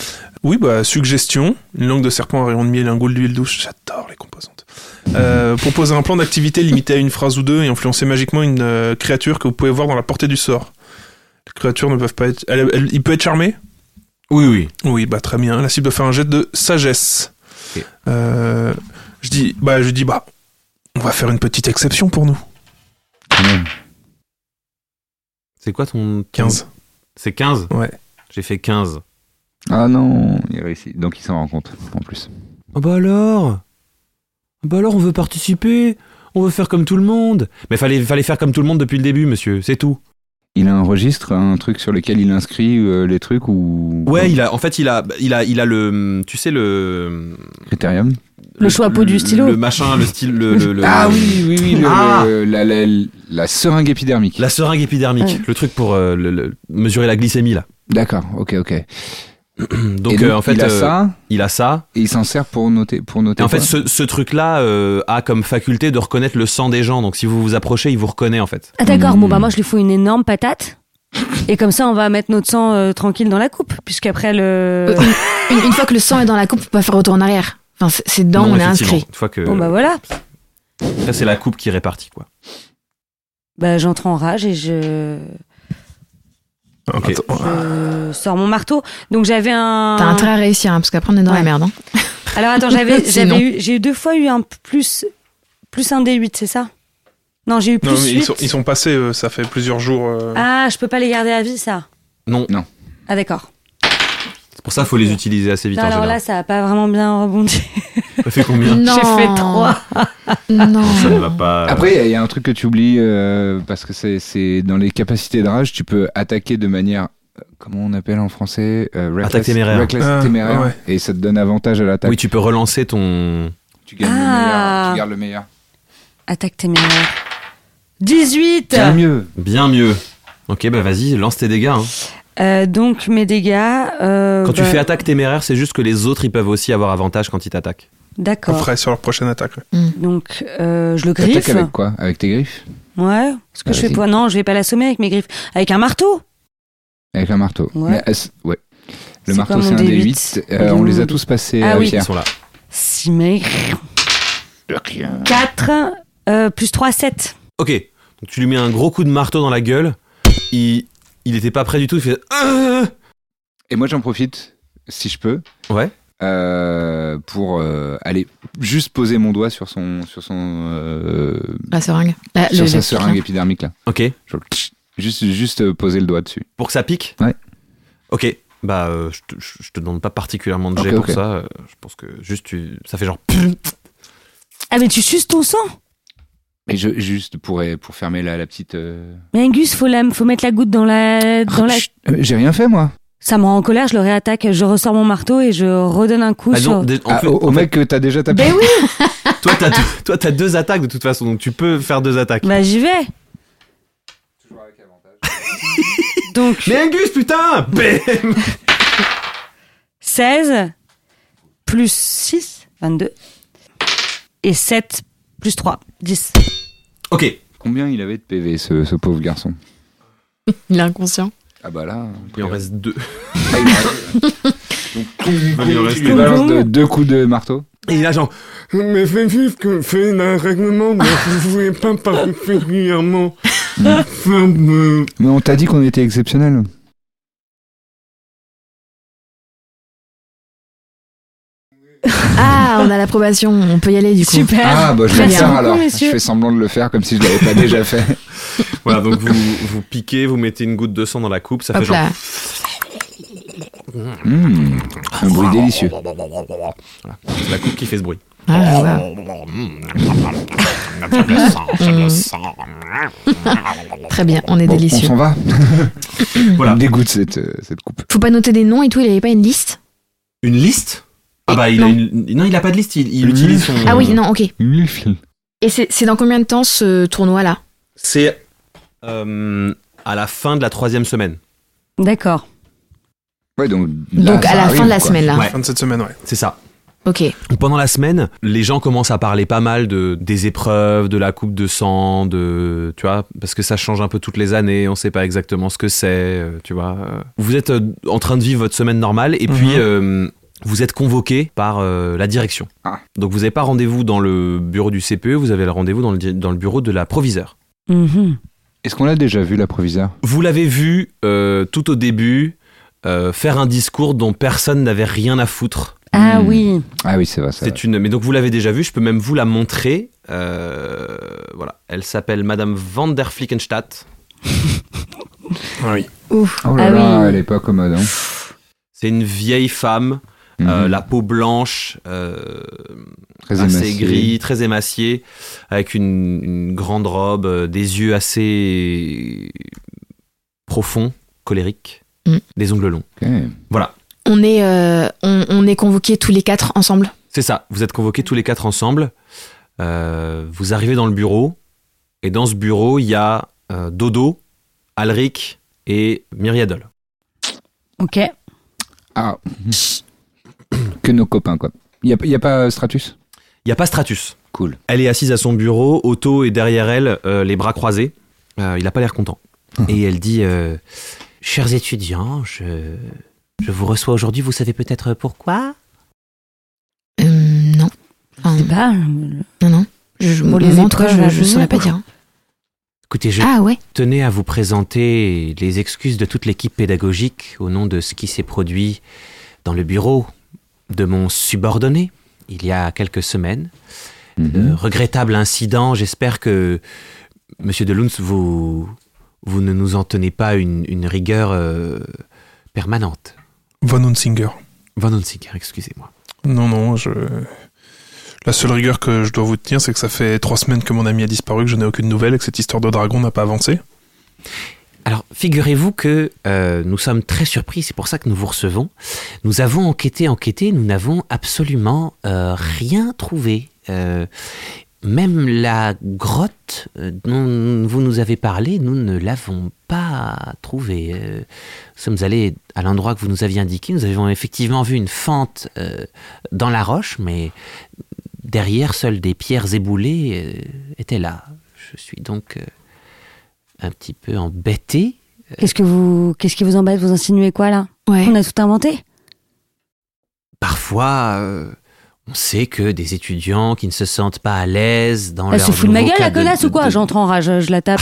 B: Oui, bah, suggestion. Une langue de serpent, un rayon de miel, un goût d'huile douce. J'adore les composantes. Euh, proposer un plan d'activité limité à une phrase ou deux et influencer magiquement une euh, créature que vous pouvez voir dans la portée du sort. Les créatures ne peuvent pas être... elle- elle- il peut être charmé
A: Oui, oui.
B: Oui, bah très bien. La cible doit faire un jet de sagesse.
A: Ok.
B: Euh, je dis, bah, je dis, bah, on va faire une petite exception pour nous.
A: C'est quoi ton. ton-
B: 15.
A: C'est 15
B: Ouais.
A: J'ai fait 15.
F: Ah non, il réussit. Donc il s'en rend compte, en plus.
A: Oh bah alors Bah alors on veut participer On veut faire comme tout le monde Mais fallait, fallait faire comme tout le monde depuis le début, monsieur, c'est tout.
F: Il a un registre, un truc sur lequel il inscrit euh, les trucs ou...
A: Ouais, il a, en fait, il a, il a, il a le. Tu sais, le.
F: Critérium.
C: Le chapeau du stylo.
A: Le machin, le stylo. Le, le- le-
F: Ah oui, oui, oui. le-
A: Ah
F: le- la, la- la seringue épidermique.
A: La seringue épidermique,
C: Ouais.
A: le truc pour euh, le- le- mesurer la glycémie là.
F: D'accord, ok, ok. Et
A: Donc, euh, en fait,
F: il a
A: euh,
F: ça
A: il a ça.
F: et il s'en sert pour noter. Pour
A: Et
F: noter
A: en fait,
F: quoi
A: ce, ce truc-là euh, a comme faculté de reconnaître le sang des gens. Donc, si vous vous approchez, il vous reconnaît en fait.
C: Ah, d'accord.
F: Hmm.
C: Bon, bah, moi, je lui fous une énorme patate. Et comme ça, on va mettre notre sang euh, tranquille dans la coupe. Puisqu'après le.
E: Euh, une, une fois que le sang est dans la coupe, on peut pas faire retour en arrière. Enfin, c'est- c'est dedans, on est
A: effectivement.
E: inscrit.
A: Une fois que
C: Bon, bah, voilà.
A: Après, c'est la coupe qui répartit quoi.
C: Bah, j'entre en rage et je.
A: Ok.
B: Attends,
C: je sors mon marteau. Donc, j'avais un.
E: T'as intérêt à réussir, hein, parce qu'après on est dans
C: Ah. Ouais.
E: la merde. hein.
C: Alors, attends, j'avais,
E: Sinon.
C: j'avais eu, j'ai eu deux fois eu un plus, plus un D8, c'est ça? Non, j'ai eu plus
B: Non, mais ils
C: huit.
B: sont, ils sont passés, euh, ça fait plusieurs jours. euh,
C: Ah, je peux pas les garder à vie, ça.
A: Non. Euh,
F: Non.
C: Ah, d'accord.
A: C'est pour ça, faut les utiliser assez vite en
C: Alors là,
A: général.
C: ça a pas vraiment bien rebondi.
A: Ça fait combien
E: Non.
C: J'ai fait trois.
A: Ça ne
E: Non.
A: va pas. euh,
F: Après, il y a- il y, a un truc que tu oublies euh, parce que c'est- c'est dans les capacités de rage, tu peux attaquer de manière. euh, Comment on appelle en français euh, reckless-
A: Attaque téméraire.
F: reckless
B: Ah,
F: téméraire,
B: ouais.
F: Et ça te donne avantage à l'attaque.
A: oui, tu peux relancer ton.
F: Tu, gagnes
C: Ah.
F: le meilleur, tu gardes le meilleur.
C: Attaque tes meilleurs. 18!
F: Tiens, mieux.
A: Bien mieux. Ok, bah vas-y, lance tes dégâts. hein.
C: Euh, donc, mes dégâts, euh,
A: Quand tu
C: bah,
A: fais attaque téméraire, c'est juste que les autres ils peuvent aussi avoir avantage quand ils t'attaquent.
C: D'accord.
B: Après, sur leur prochaine attaque. ouais.
E: Hum,
C: Donc, euh, je le griffe.
F: T'attaques avec quoi Avec tes griffes
C: Ouais. Est-ce que
F: Ah,
C: je fais
F: vas-y.
C: quoi? Non, je vais pas l'assommer avec mes griffes. Avec un marteau?
F: Avec un marteau.
C: Ouais.
F: Mais, euh, c- ouais.
C: C'est
F: Le marteau,
C: comme
F: c'est
C: mon
F: un des
C: D8.
F: 8.
C: Il est
F: on
C: où,
F: les
C: mon
F: a tous passés,
C: Ah
F: euh,
C: oui.
A: Ils
F: Pierre.
A: sont là.
C: 6 mais 4 euh, plus 3, 7.
A: Ok, donc tu lui mets un gros coup de marteau dans la gueule. Il, il était pas prêt du tout. Il fait. Ah
F: Et moi, j'en profite, si je peux.
A: Ouais.
F: euh, pour euh, aller juste poser mon doigt sur son sur son euh,
E: La seringue. La- le-
F: sur sa
E: le-
F: seringue épidermique là
A: Ok.
F: Genre, tch, juste juste euh, poser le doigt dessus
A: Pour que ça pique
F: Ouais.
A: Ok, bah euh, je, te, je- je te demande pas particulièrement de jet
F: Ok,
A: pour
F: ok.
A: ça. euh, je pense que juste tu. Ça fait genre.
C: Ah, mais tu suces ton sang
F: et je juste pour pour fermer la, la petite euh,
C: Mais Angus, faut, la, faut mettre la goutte dans la, dans la.
F: Chut, euh, j'ai rien fait moi
C: Ça me rend en colère, je le réattaque, je ressors mon marteau et je redonne un coup
A: Bah,
C: sur.
A: non, dé- en
F: Ah,
A: fait-
F: au, au
A: en fait,
F: mec que t'as déjà tapé
C: Ben oui
A: toi, t'as deux, toi, t'as deux attaques de toute façon, donc tu peux faire deux attaques.
C: Bah j'y vais Donc
A: Mais Angus, putain Bam
C: 16 plus 6, 22. Et 7 plus 3, 10.
A: Ok.
F: Combien il avait de PV, ce, ce pauvre garçon
E: Il est inconscient.
F: Ah bah là.
A: Il en reste deux.
F: Ah, il reste- Donc,
B: il en reste
F: tu lui balances de- deux coups de marteau.
A: Et là, genre,
H: Mais fais vivre que fait un règlement, mais vous voulez pas particulièrement. Ferme.
F: Mais on t'a dit qu'on était exceptionnel.
E: Ah, on a l'approbation, on peut y aller du coup.
F: Ah, bah je vais
E: Très
F: le
E: bien.
F: faire
E: Beaucoup,
F: alors. Je
E: messieurs.
F: fais semblant de le faire comme si je l'avais pas déjà fait.
A: voilà, donc vous, vous piquez, vous mettez une goutte de sang dans la coupe, ça fait
E: Hop
A: genre.
E: là.
F: Mmh, un
E: Oh.
F: bruit délicieux.
A: Voilà, c'est la coupe qui fait ce bruit.
E: Ah, là, là. Très bien, on est
F: Bon, on
E: délicieux.
F: s'en va.
A: Voilà.
F: On me dégoûte cette, euh, cette coupe.
E: Faut pas noter des noms et tout, il avait pas une liste
A: Une liste Ah bah, il a
E: Non.
A: une. Non, il a pas de liste, il, il utilise son.
E: Ah oui, non, ok.
F: Mulfil.
E: Et c'est c'est dans combien de temps ce tournoi-là
A: C'est euh, à la fin de la troisième semaine.
C: D'accord.
F: Ouais, donc,
A: Bah,
F: là,
E: Donc
F: ça
E: à la
F: arrive,
E: fin de la
F: quoi.
C: Ah.
E: semaine, là.
A: Ouais.
B: Fin de cette semaine, ouais.
A: C'est ça.
E: Ok.
A: Donc, Pendant la semaine, les gens commencent à parler pas mal de des épreuves, de la coupe de sang, de tu vois, parce que ça change un peu toutes les années, on sait pas exactement ce que c'est, euh, tu vois. euh. Vous êtes euh, en train de vivre votre semaine normale et puis
B: Mhm.
A: euh, vous êtes convoqué par euh, la direction.
F: Ah.
A: Donc vous n'avez pas rendez-vous dans le bureau du CPE, vous avez le rendez-vous dans le, di- dans le bureau de la proviseure.
C: Mhm.
F: Est-ce qu'on l'a déjà vu, la proviseure
A: Vous l'avez vu euh, tout au début euh, faire un discours dont personne n'avait rien à foutre.
C: Ah
F: Hmm.
C: oui.
F: Ah oui, c'est vrai. ça.
A: C'est une. Mais donc vous l'avez déjà vue, je peux même vous la montrer. Euh, voilà, elle s'appelle Madame Van der Flickenstadt.
B: Ah oui.
C: Ouf.
F: Oh là
C: ah
F: là,
C: oui.
F: elle est pas commode. Hein. Mhm.
A: C'est une vieille femme, euh, la peau blanche, euh,
F: Très
A: assez
F: émaciée.
A: gris, très émaciée, avec une, une grande robe, euh, des yeux assez profonds, colériques,
E: Mm.
A: des ongles longs.
F: Ok.
E: On est, euh, on, on est convoqués tous les quatre ensemble.
A: C'est ça, vous êtes convoqués tous les quatre ensemble. Euh, vous arrivez dans le bureau, et dans ce bureau, il y a euh, Dodo, Alric et Myriadol.
C: Ok. Eh
F: Ah. que nos copains, quoi. Il a, y a pas euh, Stratus
A: Il n'y a pas Stratus.
F: Cool.
A: Elle est assise à son bureau, Otto est derrière elle, euh, les bras croisés. Euh, il n'a pas l'air content. et elle dit euh, Chers étudiants, je, je vous reçois aujourd'hui, vous savez peut-être pourquoi
E: Euh, non. Enfin,
C: Je sais pas. euh,
E: non, non. Je, je,
C: Pour les
E: moi, en tout cas,
C: épreuves à
E: je, je saurais
C: venir.
E: pas dire. hein.
A: Écoutez, je
E: Ah ouais
A: tenais à vous présenter les excuses de toute l'équipe pédagogique au nom de ce qui s'est produit dans le bureau de mon subordonné il y a quelques semaines.
F: Mhm.
A: Euh, regrettable incident, j'espère que, monsieur Deluns, vous, vous ne nous en tenez pas une, une rigueur euh, permanente.
B: Von Hunsinger.
A: Van Hunsinger, excusez-moi.
B: Non, non, je. La seule rigueur que je dois vous tenir, c'est que ça fait trois semaines que mon ami a disparu, que je n'ai aucune nouvelle et que cette histoire de dragon n'a pas avancé.
A: Alors, figurez-vous que euh, nous sommes très surpris, c'est pour ça que nous vous recevons. Nous avons enquêté, enquêté, nous n'avons absolument euh, rien trouvé. Euh, même la grotte euh, dont vous nous avez parlé, nous ne l'avons pas trouvée. Euh, nous sommes allés à l'endroit que vous nous aviez indiqué, nous avions effectivement vu une fente euh, dans la roche, mais derrière, seules des pierres éboulées euh, étaient là. Je suis donc... euh, un petit peu embêté.
C: Qu'est-ce que vous, qu'est-ce qui vous embête Vous insinuez quoi là
E: Ouais.
C: On a tout inventé.
A: Parfois, euh, on sait que des étudiants qui ne se sentent pas à l'aise dans
C: Elle
A: leur
C: se fout de ma
A: nouveau
C: gueule la
A: cadre de-
C: connasse ou quoi
A: de-
C: J'entre en rage, je la tape.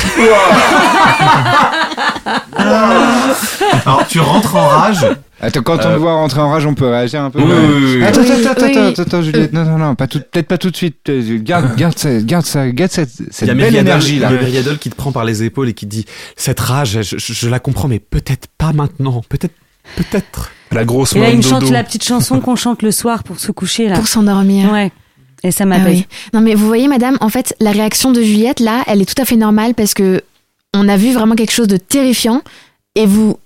H: Ah.
I: Alors, tu rentres en rage.
F: Attends, quand on
I: Euh,
F: te voit rentrer en rage, on peut réagir un peu
I: Oui,
F: quand même.
I: oui, oui.
F: Attends,
E: Oui,
F: attends, attends,
E: oui.
F: attends, attends, Juliette, non, non, non, pas tout- peut-être pas tout de suite. euh, Garde, garde, ça, garde ça, garde cette, cette
I: Il y a
F: belle
I: Myriadol-
F: énergie là.
I: il y a Myriadol qui te prend par les épaules et qui te dit Cette rage, je, je- je la comprends, mais peut-être pas maintenant. Peut-être. Peut-être.
B: La grosse
C: Et là,
B: main
C: il me
B: de
C: chante
B: dodo.
C: la petite chanson qu'on chante le soir pour se coucher là.
E: Pour s'endormir.
C: Ouais. Et ça
E: Ah
C: m'apaise.
E: oui. Non mais vous voyez madame, en fait la réaction de Juliette là, elle est tout à fait normale parce que on a vu vraiment quelque chose de terrifiant et vous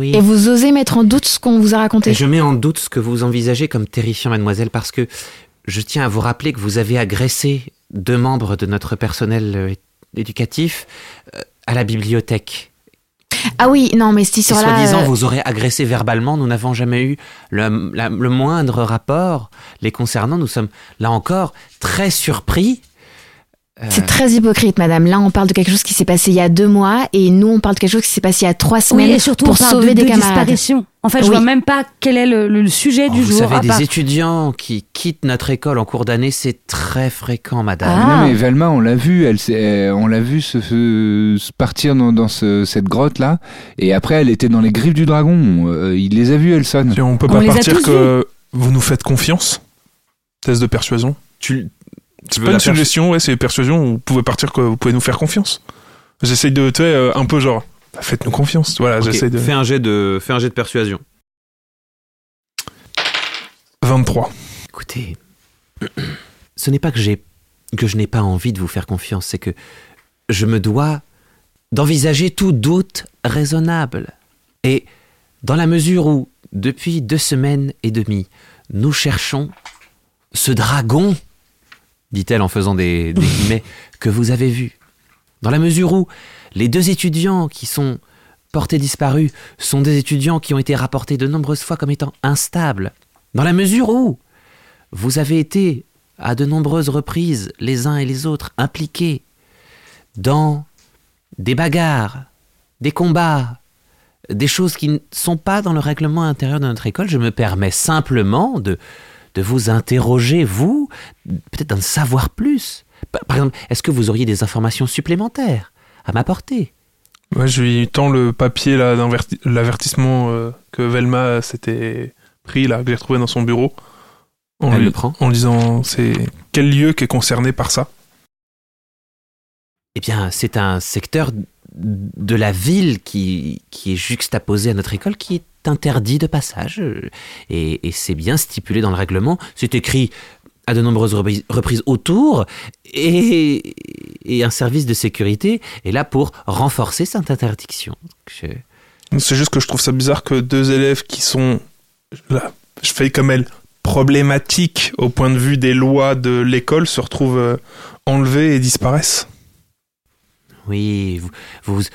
A: Oui.
E: et vous osez mettre en doute ce qu'on vous a raconté.
A: Je mets en doute ce que vous envisagez comme terrifiant, mademoiselle, parce que je tiens à vous rappeler que vous avez agressé deux membres de notre personnel euh, éducatif euh, à la bibliothèque.
E: Ah oui, non, mais cette
A: Si
E: histoire-là.
A: soi-disant
E: euh,
A: vous aurez agressé verbalement, nous n'avons jamais eu le, la- le moindre rapport les concernant. Nous sommes là encore très surpris. Euh,
E: C'est très hypocrite, madame. Là, on parle de quelque chose qui s'est passé il y a deux mois et nous, on parle de quelque chose qui s'est passé il y a trois
C: Oui,
E: semaines
C: et surtout
E: pour
C: on parle
E: sauver
C: de,
E: des
C: de
E: camarades.
C: disparition. En fait, je
E: Oui.
C: vois même pas quel est le, le sujet
A: oh,
C: du
A: vous
C: jour.
A: savez,
C: à part-
A: des étudiants qui quittent notre école en cours d'année, c'est très fréquent, madame.
C: Ah.
F: Non mais Velma, on l'a vu, elle, s'est- elle- on l'a vu se, se- se partir dans, dans ce- cette grotte là, et après elle était dans les griffes du dragon. Euh, il les a vus, Elson.
B: Et on peut
C: On
B: pas
C: les a
B: partir
C: tous
B: que vous nous faites confiance Test de persuasion.
J: Tu,
B: C'est
J: veux
B: pas
J: la
B: une
J: faire-
B: suggestion, ouais, c'est persuasion. Vous pouvez partir que vous pouvez nous faire confiance. J'essaye de, tu sais, euh, un peu genre, bah, faites-nous confiance. Voilà,
J: Ok,
B: j'essaye de.
J: fais, un jet Ah, de fais un jet de persuasion.
B: 23.
A: Écoutez, ce n'est pas que j'ai que je n'ai pas envie de vous faire confiance, c'est que je me dois d'envisager tout doute raisonnable. Et dans la mesure où, depuis deux semaines et demie, nous cherchons ce dragon, dit-elle en faisant des, des guillemets, que vous avez vu. Dans la mesure où les deux étudiants qui sont portés disparus sont des étudiants qui ont été rapportés de nombreuses fois comme étant instables. Dans la mesure où vous avez été, à de nombreuses reprises, les uns et les autres, impliqués dans des bagarres, des combats, des choses qui ne sont pas dans le règlement intérieur de notre école. Je me permets simplement de, de vous interroger, vous, peut-être d'en savoir plus. Par par exemple, est-ce que vous auriez des informations supplémentaires à m'apporter
B: Ouais, je lui tends le papier là d'inverti- l'avertissement euh, que Velma euh, s'était pris là, que j'ai retrouvé dans son bureau. En,
A: Elle
B: lui-
A: le prend.
B: en lisant, c'est quel lieu qui est concerné par ça
A: Eh bien, c'est un secteur de la ville qui, qui est juxtaposé à notre école qui est interdit de passage. Euh, Et, et c'est bien stipulé dans le règlement. C'est écrit à de nombreuses repri- reprises autour et, et un service de sécurité est là pour renforcer cette interdiction. Donc, je-
B: C'est juste que je trouve ça bizarre que deux élèves qui sont, là, je fais comme elle, problématiques au point de vue des lois de l'école se retrouvent euh, enlevés et disparaissent.
A: Oui, vous, vous-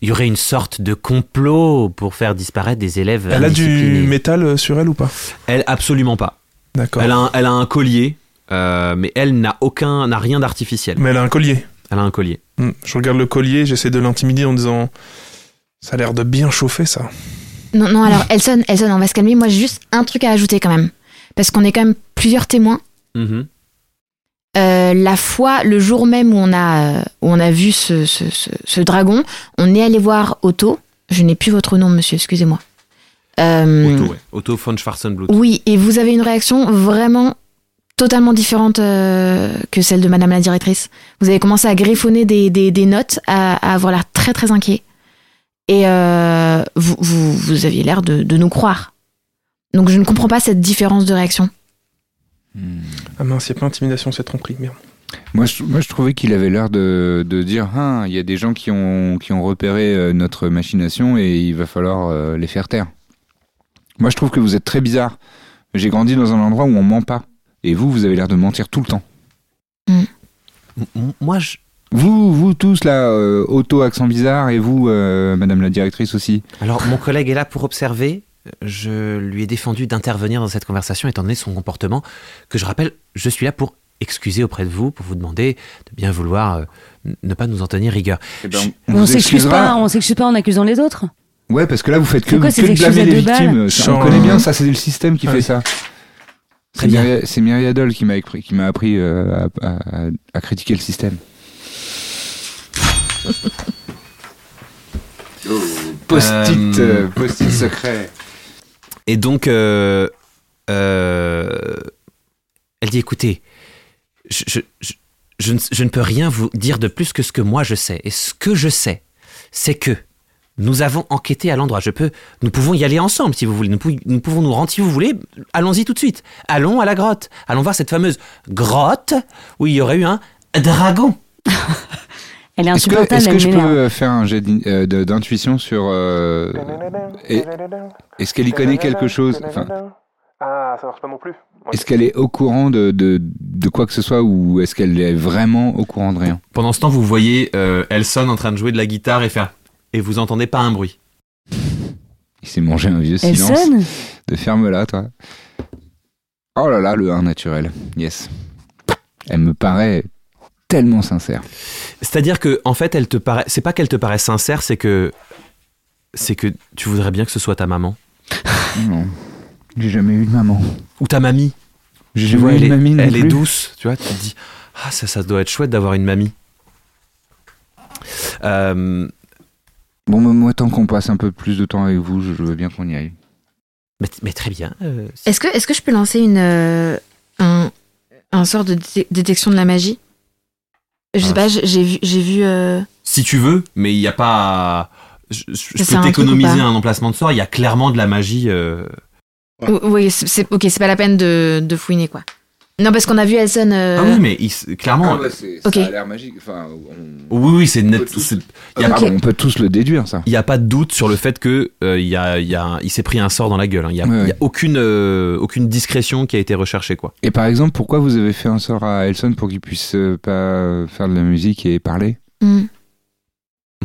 A: il y aurait une sorte de complot pour faire disparaître des élèves.
B: elle a du
A: indisciplinés.
B: métal euh, sur elle ou pas
J: Elle absolument pas.
B: D'accord.
J: Elle a un, elle a un collier, euh, mais elle n'a aucun n'a rien d'artificiel.
B: Mais elle a un collier.
J: Elle a un collier.
B: Hmm, Je regarde le collier, j'essaie de l'intimider en disant Ça a l'air de bien chauffer ça.
E: Non, non, alors, Elson, Elson, on va se calmer. Moi, j'ai juste un truc à ajouter quand même. Parce qu'on est quand même plusieurs témoins.
J: Mhm.
E: Euh, la fois, le jour même où on a, euh, où on a vu ce, ce- ce- ce dragon, on est allé voir Otto. Je n'ai plus votre nom, monsieur, excusez-moi.
B: Mm.
E: Euh,
J: Otto, ouais. Otto von Schwarzenblut.
E: Oui, et vous avez une réaction vraiment totalement différente euh, que celle de madame la directrice. Vous avez commencé à griffonner des, des- des notes, à, à avoir l'air très très inquiet. Et euh, vous, vous, vous aviez l'air de, de nous croire. Donc je ne comprends pas cette différence de réaction.
B: Ah mince, il a pas intimidation, c'est tromperie, merde.
F: Moi, je, moi, je trouvais qu'il avait l'air de, de dire Ah, il y a des gens qui ont, qui ont repéré euh, notre machination et il va falloir euh, les faire taire. Moi, je trouve que vous êtes très bizarre. J'ai grandi dans un endroit où on ment pas. Et vous, vous avez l'air de mentir tout le temps.
A: M- m- Moi, je,
F: Vous, vous tous là, euh, auto accent bizarre, et vous, euh, Madame la directrice aussi.
A: Alors, mon collègue est là pour observer. Je lui ai défendu d'intervenir dans cette conversation étant donné son comportement, que je rappelle, je suis là pour excuser auprès de vous, pour vous demander de bien vouloir euh, n- ne pas nous en tenir rigueur. Chut.
F: on
C: on
F: vous
C: s'excuse
F: excusera.
C: pas, on s'excuse pas en accusant les autres.
F: Ouais, parce que là, vous faites que,
C: Pourquoi
F: que
C: ces
F: de
C: excuses
F: blâmer
C: à
F: les
C: deux balles
F: victimes. Ça, on
B: Genre,
F: connaît
B: euh,
F: bien ça, c'est le système qui
B: ah
F: fait
B: oui.
F: ça.
A: Très
F: C'est
A: bien.
F: Myri- Eh, C'est Myriadol qui m'a appris, qui m'a appris euh, à, à- à- à critiquer le système.
J: Euh,
F: post-it, euh, post-it secret.
A: Et donc, euh, euh, elle dit, écoutez, je, je- je- je ne, je ne peux rien vous dire de plus que ce que moi je sais. Et ce que je sais, c'est que nous avons enquêté à l'endroit. Je peux, nous pouvons y aller ensemble si vous voulez. Nous, pou- nous pouvons nous rendre si vous voulez. Allons-y tout de suite. Allons à la grotte. Allons voir cette fameuse grotte où il y aurait eu un dragon.
C: Elle est
F: Est-ce que,
C: insupportable,
F: est-ce que
C: elle
F: je peux
C: m'énerve.
F: euh, faire un jet d'in- euh, de- d'intuition sur... euh, et- est-ce qu'elle y connaît quelque chose Enfin,
K: Ah, ça marche pas non plus.
F: Est-ce qu'elle est au courant de, de, de quoi que ce soit ou est-ce qu'elle est vraiment au courant de rien
J: Pendant ce temps, vous voyez euh, Elson en train de jouer de la guitare et faire. Et vous entendez pas un bruit.
F: Il s'est mangé un vieux
C: Elle
F: silence.
C: sonne
F: De ferme-la, toi. Oh là là, le 1 naturel. Yes. Elle me paraît tellement sincère.
A: C'est-à-dire que en fait, elle te paraît. C'est pas qu'elle te paraît sincère, c'est que c'est que tu voudrais bien que ce soit ta maman
F: Non. J'ai jamais eu de maman.
A: ou ta mamie.
F: J'ai
A: Tu
F: jamais
A: vois,
F: eu
A: elle
F: de
A: est,
F: mamie non
A: elle est
F: plus.
A: douce, tu vois. Tu te dis, ah ça, ça doit être chouette d'avoir une mamie. Euh,
F: Bon, mais moi, tant qu'on passe un peu plus de temps avec vous, je je veux bien qu'on y aille.
A: mais, mais très bien. euh,
E: Est-ce que, est que je peux lancer une, euh, un, un sort de dé- détection de la magie Je sais
F: Ah.
E: pas, j'ai- j'ai vu. J'ai vu euh,
A: si tu veux, mais il n'y a pas. Je, je- je
E: Ça, c'est un
A: peux
E: truc ou
A: t'économiser
E: pas
A: un emplacement de sort. Il y a clairement de la magie. euh,
E: ou- Oui, c'est c'est- ok, c'est pas la peine de, de fouiner quoi. Non, parce qu'on a vu Elson. euh,
A: Ah oui, mais il s- clairement.
F: c'est,
E: ça Ok. a
F: l'air magique. Enfin,
A: oui, oui, c'est net.
F: tous-
A: c'est- y a-
F: on peut tous le déduire, ça.
A: Il n'y a pas de doute sur le fait que euh, il y a, il y a un- il s'est pris un sort dans la gueule. hein. Il n'y a,
F: Ouais,
A: il y a
F: ouais.
A: aucune, euh, aucune discrétion qui a été recherchée. Quoi.
F: Et par exemple, pourquoi vous avez fait un sort à Elson pour qu'il puisse euh, pas euh, faire de la musique et parler
E: hmm,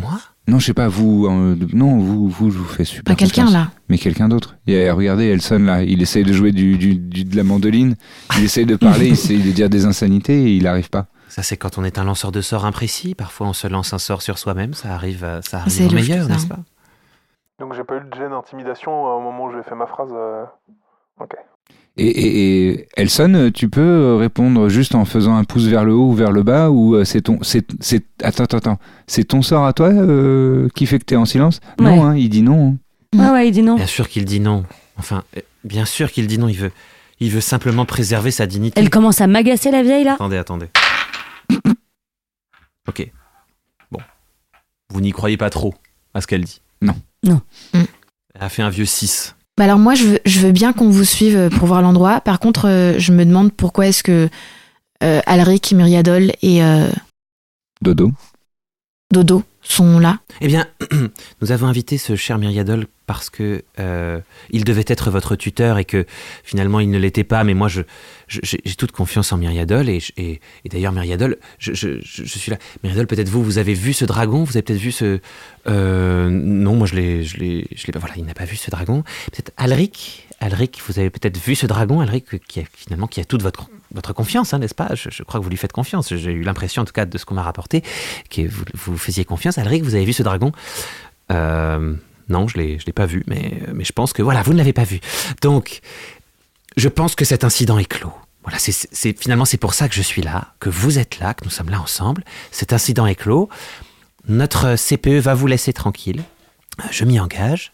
A: Moi
F: Non, je sais pas, vous. euh, non, vous, vous, je vous fais super.
E: pas quelqu'un
F: confiance.
E: là.
F: Mais quelqu'un d'autre. Il y a- Regardez Elson là, il essaye de jouer du, du- du- de la mandoline, il essaye de parler, il essaye de dire des insanités et il n'arrive pas.
A: Ça, c'est quand on est un lanceur de sorts imprécis. Parfois, on se lance un sort sur soi-même. Ça arrive, euh, ça
E: C'est
A: arrive au
E: louche,
A: meilleur,
E: tout ça,
A: n'est-ce
E: hein.
A: pas
L: Donc j'ai pas eu de gêne d'intimidation euh, au moment où j'ai fait ma phrase. euh,
F: Et, et- et Elson, euh, tu peux euh, répondre juste en faisant un pouce vers le haut ou vers le bas ou euh, c'est ton c'est c'est attends attends attends c'est ton sort à toi euh, qui fait que t'es en silence
C: Ouais.
F: Non, hein, il dit non. hein.
C: Ouais, ouais, il dit non.
A: Bien sûr qu'il dit non. Enfin, euh, bien sûr qu'il dit non. Il veut, il veut simplement préserver sa dignité.
C: Elle commence à m'agacer la vieille là.
A: Attendez, attendez. ok. Bon. Vous n'y croyez pas trop à ce qu'elle dit
F: Non.
C: Non.
E: Mm.
A: Elle a fait un vieux 6.
E: Bah alors moi, je veux, je veux bien qu'on vous suive euh, pour voir l'endroit. Par contre, euh, je me demande pourquoi est-ce que euh, Alric, Myriadol et euh,
F: Dodo.
E: Dodo sont là.
A: Eh bien, nous avons invité ce cher Myriadol parce que euh, il devait être votre tuteur et que finalement il ne l'était pas. Mais moi, je je- j'ai j'ai toute confiance en Myriadol et, je- et, et d'ailleurs Myriadol, je, je, je, je suis là. Myriadol, peut-être vous, vous avez vu ce dragon Vous avez peut-être vu ce euh, Non, moi je l'ai je l'ai je l'ai pas. Voilà, il n'a pas vu ce dragon. Peut-être Alric. Alric, vous avez peut-être vu ce dragon, Alric, qui a finalement qui a toute votre votre confiance, hein, n'est-ce pas je, je crois que vous lui faites confiance. J'ai eu l'impression, en tout cas, de ce qu'on m'a rapporté, que vous, vous faisiez confiance. Alric, vous avez vu ce dragon euh, non, je ne l'ai je l'ai pas vu, mais, mais je pense que voilà, vous ne l'avez pas vu. Donc, je pense que cet incident est clos. Voilà, c'est- c'est c'est- finalement c'est pour ça que je suis là, que vous êtes là, que nous sommes là ensemble. Cet incident est clos. Notre CPE va vous laisser tranquille. Je m'y engage.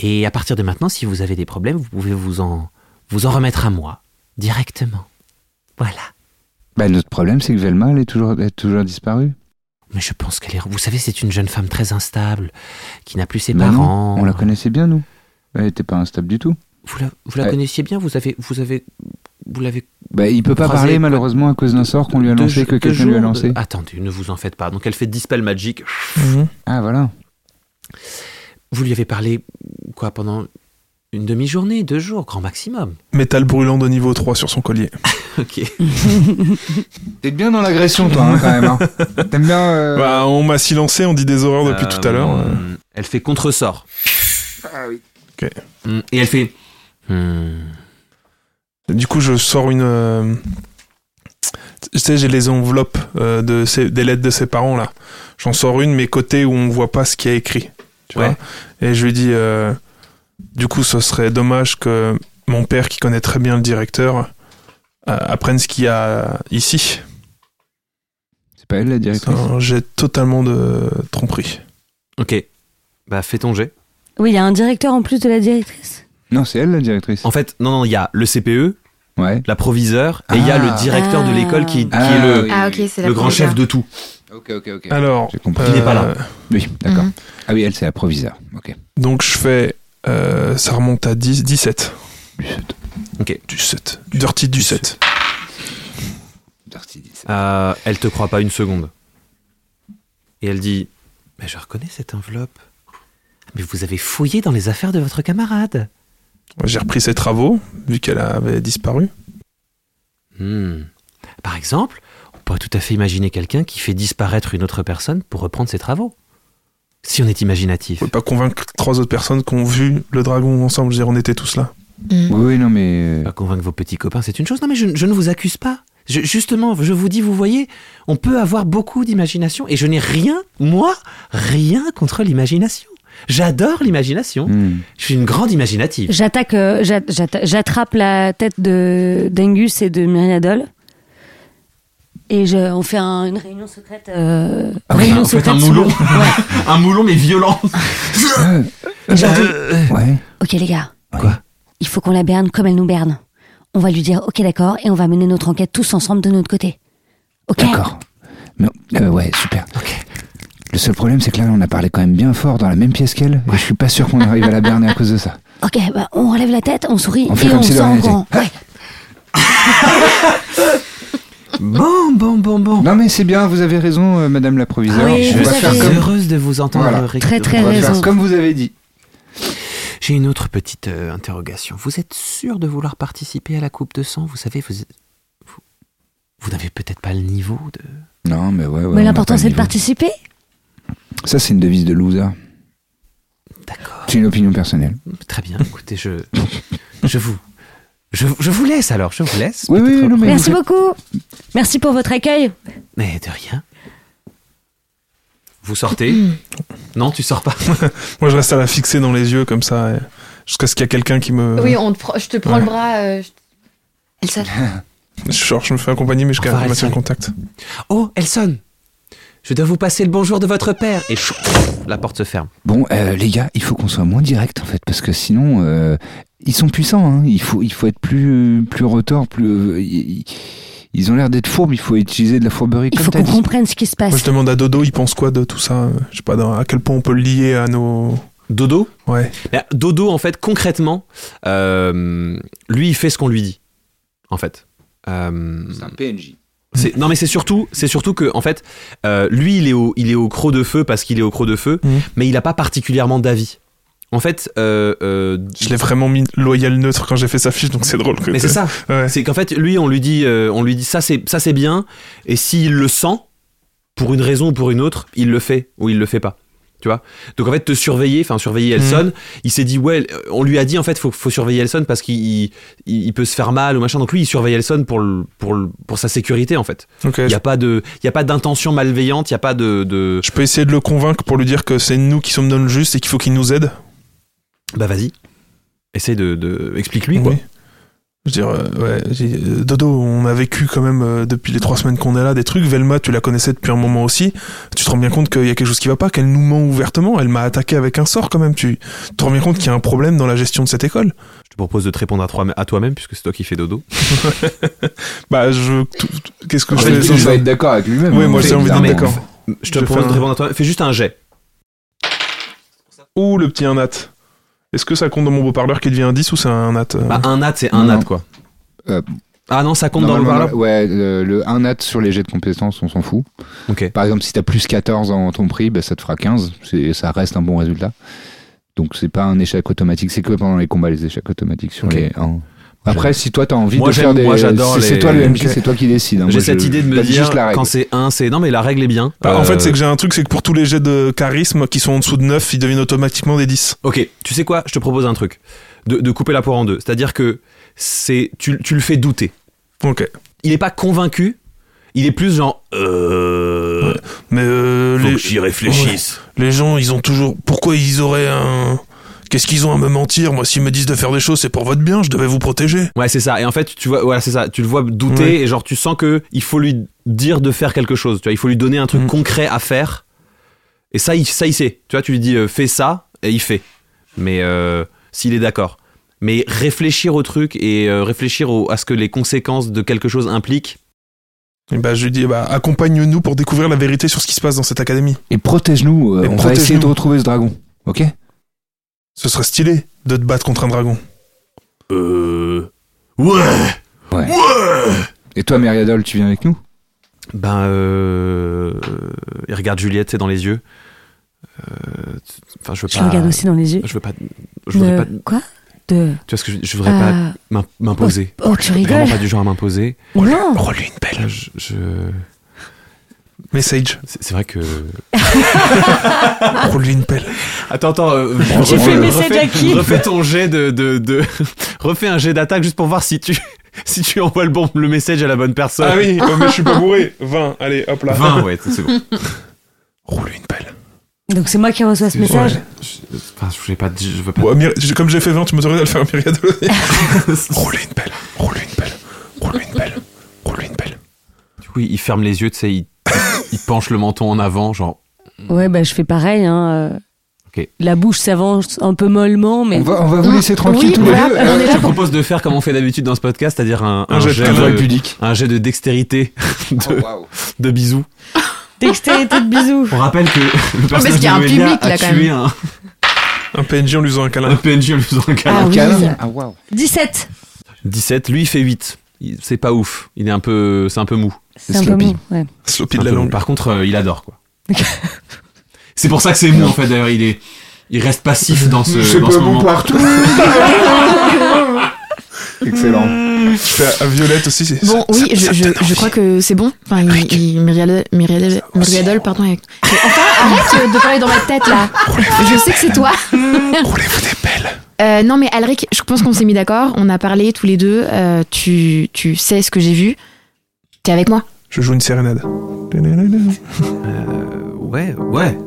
A: Et à partir de maintenant, si vous avez des problèmes, vous pouvez vous en, vous en remettre à moi directement. Voilà.
F: Bah, notre problème c'est que Velma elle est toujours elle est toujours disparue.
A: Mais je pense qu'elle est. Vous savez, c'est une jeune femme très instable, qui n'a plus ses
F: Bah non,
A: parents.
F: on la connaissait bien nous. Elle était pas instable du tout.
A: Vous la, vous la
F: Ouais.
A: connaissiez bien Vous avez, vous avez, vous l'avez.
F: Bah, il peut pas
A: Croisé,
F: parler
A: quoi.
F: malheureusement à cause d'un sort qu'on lui a
A: deux
F: lancé,
A: jours-
F: que
A: deux
F: quelqu'un lui a
A: jours de-
F: lancé.
A: Attendez, ne vous en faites pas. Donc elle fait dispel magique.
B: Mhm.
F: Ah voilà.
A: Vous lui avez parlé quoi pendant une demi-journée, deux jours, grand maximum.
B: Métal brûlant de niveau 3 sur son collier.
A: Ok.
F: T'es bien dans l'agression toi hein, quand même. hein. T'aimes bien. euh,
B: Bah, on m'a silencé, on dit des horreurs depuis tout à l'heure.
A: Euh,
B: euh.
A: Elle fait contre-sort.
F: Ah oui.
A: Mm, Et elle fait. Hmm.
B: Du coup, je sors une. euh, Tu sais, j'ai les enveloppes euh, de ses- des lettres de ses parents là. J'en sors une, mais côté où on voit pas ce qu'il y a écrit. Tu
A: Ouais.
B: vois Et je lui dis. euh, Du coup, ce serait dommage que mon père, qui connaît très bien le directeur, euh, apprenne ce qu'il y a ici.
F: C'est pas elle la
B: C'est
F: directrice.
B: un jet totalement de tromperie.
A: Ok. Bah fais ton jet.
C: Oui, il y a un directeur en plus de la directrice.
F: Non, c'est elle la directrice.
A: En fait, non, non, il y a le CPE,
F: Ouais.
A: la proviseure, et il y a
F: Ah.
A: le directeur de l'école qui, qui
F: Ah,
A: est le,
F: oui,
E: Ah ok,
F: oui,
E: c'est la
A: le grand
E: première.
A: chef de tout.
F: Ok, ok, ok.
B: Alors.
F: Ah,
B: euh,
F: J'ai compris.
A: Il n'est pas là.
F: Oui, d'accord.
E: Mhm.
F: Ah oui, elle, c'est la proviseure. Ok.
B: Donc je fais. euh, ça remonte à 10, 17.
A: Ok.
B: Du 7. Dirty du 7.
F: Dirty Deeds.
A: Euh, elle te croit pas une seconde. Et elle dit Mais je reconnais cette enveloppe. Mais vous avez fouillé dans les affaires de votre camarade.
B: J'ai repris ses travaux, vu qu'elle avait disparu.
A: Hmm. Par exemple, on pourrait tout à fait imaginer quelqu'un qui fait disparaître une autre personne pour reprendre ses travaux. Si on est imaginatif.
B: Faut pas convaincre trois autres personnes qui ont vu le dragon ensemble. Je veux dire, on était tous là.
E: Mm.
F: Oui, non, mais.
A: Pas convaincre vos petits copains, c'est une chose. Non, mais je, je ne vous accuse pas. Je- justement, je vous dis, vous voyez, on peut avoir beaucoup d'imagination et je n'ai rien, moi, rien contre l'imagination. J'adore l'imagination.
F: Hmm.
A: Je suis une grande imaginative.
C: J'attaque, euh, j'a- j'atta- j'attrape la tête de d'Angus et de Myriadol. Et je, on fait un- une réunion secrète. euh,
A: Ah oui,
C: réunion
A: vous faites un
C: sur
A: moulon.
C: le- Ouais.
A: Un moulon, mais violent.
C: Et
A: Euh,
C: je leur dis,
F: Ouais.
C: ok les gars.
A: Quoi
C: Il faut qu'on la berne comme elle nous berne. On va lui dire ok d'accord et on va mener notre enquête tous ensemble de notre côté. Ok.
F: D'accord. Non, euh, ouais, super. Le seul problème, c'est que là, on a parlé quand même bien fort dans la même pièce qu'elle. Et je suis pas sûr qu'on arrive à la berner à cause de ça.
C: Ok, bah, on relève la tête, on sourit
F: On fait
C: et
F: comme
C: on
F: si de
C: sort
F: rien
C: en
F: n'était. Ah,
C: courant. Ouais.
A: Bon, bon, bon, bon.
F: Non, mais c'est bien, vous avez raison, euh, Madame la proviseure.
C: Ah Oui,
F: on
A: je
C: vous
F: va
C: avez-
F: faire
A: suis
F: comme,
A: heureuse de vous entendre.
F: Voilà.
A: Rick.
C: Très,
F: on
C: très
F: va
C: raison.
F: faire comme vous avez dit.
A: J'ai une autre petite euh, interrogation. Vous êtes sûr de vouloir participer à la coupe de sang Vous savez, vous, vous, vous n'avez peut-être pas le niveau de.
F: Non, mais ouais, ouais.
D: euh,
F: on
C: Mais
F: a
C: l'important
F: pas
C: c'est de
F: niveau.
C: participer.
F: Ça, c'est une devise de loser. Euh,
A: D'accord.
F: C'est une opinion personnelle.
A: Très bien. Écoutez, je, je vous, je, je vous laisse alors. Je vous laisse.
F: Oui,
A: Peut-être
F: oui, non, mais-
C: Merci
F: vous-
C: beaucoup. Merci pour votre accueil.
A: Mais de rien. Vous sortez Non, tu sors pas.
B: Moi, je reste à la fixer dans les yeux comme ça, euh, jusqu'à ce qu'il y a quelqu'un qui me.
E: Oui, on te pro- je te prends
B: Ouais.
E: le bras. euh, je- Elsa.
B: Je, genre, je me fais accompagner, mais je
A: Enfin,
B: garde
A: elle
B: le
A: sonne.
B: contact.
A: Oh, Elson Je dois vous passer le bonjour de votre père. Et chou, la porte se ferme.
F: Bon, euh, les gars, il faut qu'on soit moins direct, en fait, parce que sinon, euh, ils sont puissants. Hein. Il, faut, il faut être plus, euh, plus retors, plus. euh, ils- ils- ils ont l'air d'être fourbes, il faut utiliser de la fourberie
C: Il
F: comme
C: faut
F: t'as
C: qu'on
F: dit.
C: comprenne ce qui se
B: Moi, je
C: passe.
B: demande à Dodo, il pense quoi de tout ça euh, Je sais pas dans- à quel point on peut le lier à nos.
A: Dodo
B: Ouais.
A: Ben, Dodo, en fait, concrètement, euh, lui, il fait ce qu'on lui dit. En fait. Euh,
F: PNJ.
A: c'est- non mais c'est surtout, c'est surtout que en fait, euh, lui il est au, il est au croc de feu parce qu'il est au croc de feu,
B: Mhm.
A: mais il a pas particulièrement d'avis. En fait, euh, euh,
B: Je l'ai vraiment mis loyal neutre quand j'ai fait sa fiche, donc c'est drôle. Que
A: mais c'est ça,
B: Ouais.
A: C'est qu'en fait, lui, on lui dit, euh, on lui dit ça, c'est ça, c'est bien. Et s'il le sent, pour une raison ou pour une autre, il le fait ou il le fait pas. Tu vois. Donc en fait, te surveiller, enfin surveiller Elson. Il s'est dit ouais, euh, on lui a dit en fait, faut, faut surveiller Elson parce qu'il il, il peut se faire mal ou machin. Donc lui, il surveille Elson pour le- pour le- pour sa sécurité en fait.
B: Ok,
A: Il
B: je-
A: y a pas de, il y a pas d'intention malveillante. Il y a pas de, de...
B: Je peux essayer de le convaincre pour lui dire que c'est nous qui sommes dans le juste et qu'il faut qu'il nous aide.
A: bah vas-y. Essaye de, de- explique-lui quoi.
B: Oui. Je veux dire, euh, ouais, j'ai- euh, Dodo, on a vécu quand même euh, depuis les trois semaines qu'on est là des trucs. Velma, tu la connaissais depuis un moment aussi. Tu te rends bien compte qu'il y a quelque chose qui va pas, qu'elle nous ment ouvertement. Elle m'a attaqué avec un sort quand même. Tu tu te rends bien compte qu'il y a un problème dans la gestion de cette école.
A: Je te propose de te répondre à, toi- à toi-même puisque c'est toi qui fais dodo.
B: Bah, je. tout- tout- Qu'est-ce que
F: En
B: je
F: fait,
B: fais
F: il
B: sans
F: va
B: ça
F: être d'accord avec lui-même.
B: Oui,
F: hein,
B: moi j'ai
F: c'est
B: envie d'être
F: bizarre,
B: d'accord.
F: mais-
A: Je te
B: Je
A: propose
B: fais
A: de
B: un-
A: répondre à toi. Fais juste un jet.
B: Ouh, le petit un nat. Est-ce que ça compte dans mon beau-parleur qui devient un 10 ou c'est un nat euh
A: Bah, un nat, c'est un
F: Non.
A: nat quoi.
F: Euh,
A: Ah non, ça compte dans le
F: Normalement,
A: parleur.
F: Ouais, le, le 1 nat sur les jets de compétences, on s'en fout.
A: Ok.
F: Par exemple, si t'as plus 14 en ton prix, bah, ça te fera 15. C'est- Ça reste un bon résultat. Donc c'est pas un échec automatique. C'est que pendant les combats, les échecs automatiques sur
A: Ok.
F: les 1. Après, si toi t'as envie
A: Moi,
F: de faire
A: j'aime-
F: des.
A: moi, j'adore
F: c'est-
A: les-
F: C'est toi le
A: les-
F: MJ, c'est toi qui décide. hein.
A: J'ai
F: Moi,
A: cette
F: je-
A: idée de
F: je
A: me
F: passe
A: dire
F: juste la règle.
A: quand c'est un, c'est non mais la règle est bien.
B: Bah, En
A: Euh,
B: fait, c'est que j'ai un truc, c'est que pour tous les jets de charisme qui sont en dessous de 9, ils deviennent automatiquement des 10.
A: Ok, tu sais quoi Je te propose un truc, de, de couper la poire en deux. C'est-à-dire que c'est tu, tu le fais douter.
B: Ok.
A: Il est pas convaincu. Il est plus genre. Euh,
B: Mais euh,
A: faut
B: les,
A: que j'y réfléchisse.
B: les gens, ils ont toujours. Pourquoi ils auraient un. Qu'est-ce qu'ils ont à me mentir Moi, s'ils me disent de faire des choses, c'est pour votre bien, je devais vous protéger.
A: Ouais, c'est ça. Et en fait, tu vois, voilà, c'est ça. Tu le vois douter
B: Ouais.
A: et genre tu sens que il faut lui dire de faire quelque chose. Tu vois, il faut lui donner un truc
B: Mm.
A: concret à faire. Et ça, il, ça, il sait. Tu vois, tu lui dis euh, fais ça et il fait. Mais euh, s'il est d'accord. Mais réfléchir au truc et euh, réfléchir au- à ce que les conséquences de quelque chose impliquent.
B: Et bah, je lui dis, bah, accompagne-nous pour découvrir la vérité sur ce qui se passe dans cette académie.
F: Et protège-nous. euh,
B: Et
F: on va
B: protège-nous.
F: essayer de retrouver ce dragon. Ok
B: Ce serait stylé de te battre contre un dragon.
A: Euh. Ouais.
F: Et toi, Meriadol, tu viens avec nous
A: Ben euh. Il regarde Juliette, c'est dans les yeux. Euh, tu- Enfin, je veux
C: Je
A: pas.
C: le regarde aussi dans les yeux.
A: Je veux pas. Je voudrais
C: De-
A: pas.
C: Quoi De.
A: Tu vois ce que je, je voudrais pas
C: Ah,
A: m'im- m'imposer.
C: oh, tu
A: Vraiment
C: rigoles
A: pas du genre à m'imposer.
C: Non
B: Rôle-lui une belle.
G: Je. je-
B: Message.
M: C'est c'est vrai que.
B: Roule-lui une pelle.
A: Attends, attends. euh,
M: J'ai
A: refais-
M: fait le
A: refais-
C: message à qui
A: Refais ton jet de, de, de- refais un jet d'attaque juste pour voir si tu, si tu envoies le bon le message à la bonne personne.
B: Ah oui, oh, mais je suis pas bourré. 20, allez, hop là.
A: 20, ouais, c'est bon.
B: Roule-lui une pelle.
C: Donc c'est moi qui reçois ce message.
M: Ouais, je, enfin, je voulais pas. dire- Je veux pas.
B: Ouais, Myri- je- comme j'ai fait 20, tu m'autorises à le faire Myriadolé. roule-lui une pelle. Roule-lui une pelle. Roule-lui une pelle. Roule-lui une pelle.
A: Du coup, il ferme les yeux, tu sais, il, il penche le menton en avant, genre.
C: Ouais, bah je fais pareil. Hein. euh,
A: Ok.
C: La bouche s'avance un peu mollement, mais
F: On va, on va vous laisser tranquille
E: Oui,
F: tous les
E: voilà,
F: deux.
E: on est
A: Je
E: là
A: te
E: pour...
A: propose de faire comme on fait d'habitude dans ce podcast, c'est-à-dire un,
B: Un jet de
F: On voit le
A: de, Oh,
F: public.
A: un jet de dextérité de, de bisous.
C: dextérité de bisous.
A: On rappelle que le
E: parce
A: personnage
E: qu'il y
A: de
E: a un
A: Noélia
E: public,
A: a
E: là, quand
A: tué un,
B: Un PNJ en lui faisant un
A: un
F: Ah,
B: câlin.
A: PNJ en lui faisant un câlin.
C: Ah oui.
F: Calme. Ah, waouh.
C: 17.
A: 17, lui il fait 8. Il- C'est pas ouf, il est un peu, c'est un peu mou.
C: C'est un peu
F: Sloppy.
C: mou. Ouais.
B: Sloppy
A: Un
B: de la
A: peu.
B: langue.
A: Par contre, euh, il adore quoi. c'est pour ça que c'est mou en fait. D'ailleurs, il est, il reste passif dans ce,
F: C'est
A: dans ce
F: pas bon
A: moment.
F: partout. Excellent.
B: Je fais à Violette aussi. c'est-
E: Bon,
B: ça-
E: oui,
B: ça-
E: je,
B: ça
E: je,
B: donne
E: je
B: envie.
E: crois que c'est bon. Enfin, il, il, Myriadol, Myriadol, Myriadol, pardon. Avec... Mais Enfin, arrête de parler dans ma tête, là. Je sais que c'est toi.
B: Roulez-vous des pelles.
E: Euh, non, mais Alric, je pense qu'on s'est mis d'accord. On a parlé tous les deux. Euh, tu, tu sais ce que j'ai vu. T'es avec moi.
B: Je joue une sérénade.
A: Euh, ouais, ouais,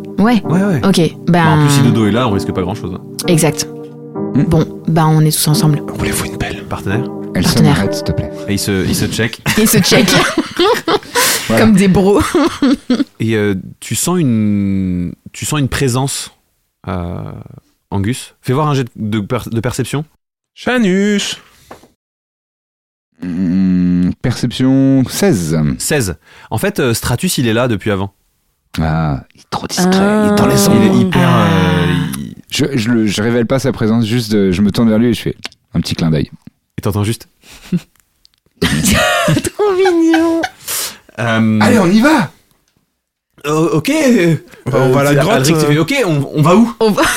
A: ouais,
E: Ouais.
A: ouais.
E: Ok. Ben.
A: Bah, en plus, si Dodo est là, on risque pas hein. grand chose.
E: Exact.
F: Hmm?
E: Bon, bah on est tous ensemble.
B: Roulez-vous une pelle.
A: Partenaire.
F: Elle s'en
E: Partenaire.
F: arrête, s'il te plaît.
A: Et il se, il se check.
E: Et se check.
F: Voilà.
E: Comme des bros.
A: Et euh, tu sens une, tu sens une présence. euh, Angus, fais voir un jet de, per- de perception.
B: Chanus.
F: Hmm, perception 16.
A: 16. En fait, euh, Stratus, il est là depuis avant.
F: Ah, il est trop discret.
C: Ah.
F: Il est dans les
C: Oh.
A: Il est
F: ombres.
A: hyper. euh, il-
F: Je, je, le- je révèle pas sa présence, juste euh, je me tourne vers lui et je fais un petit clin d'œil.
A: Et t'entends juste.
C: Trop mignon.
A: euh,
F: on y va
A: euh, ok. euh,
B: Bah, on va à la
A: euh,
B: grotte,
A: Alric, tu
B: euh.
A: fais, ok, on, on va où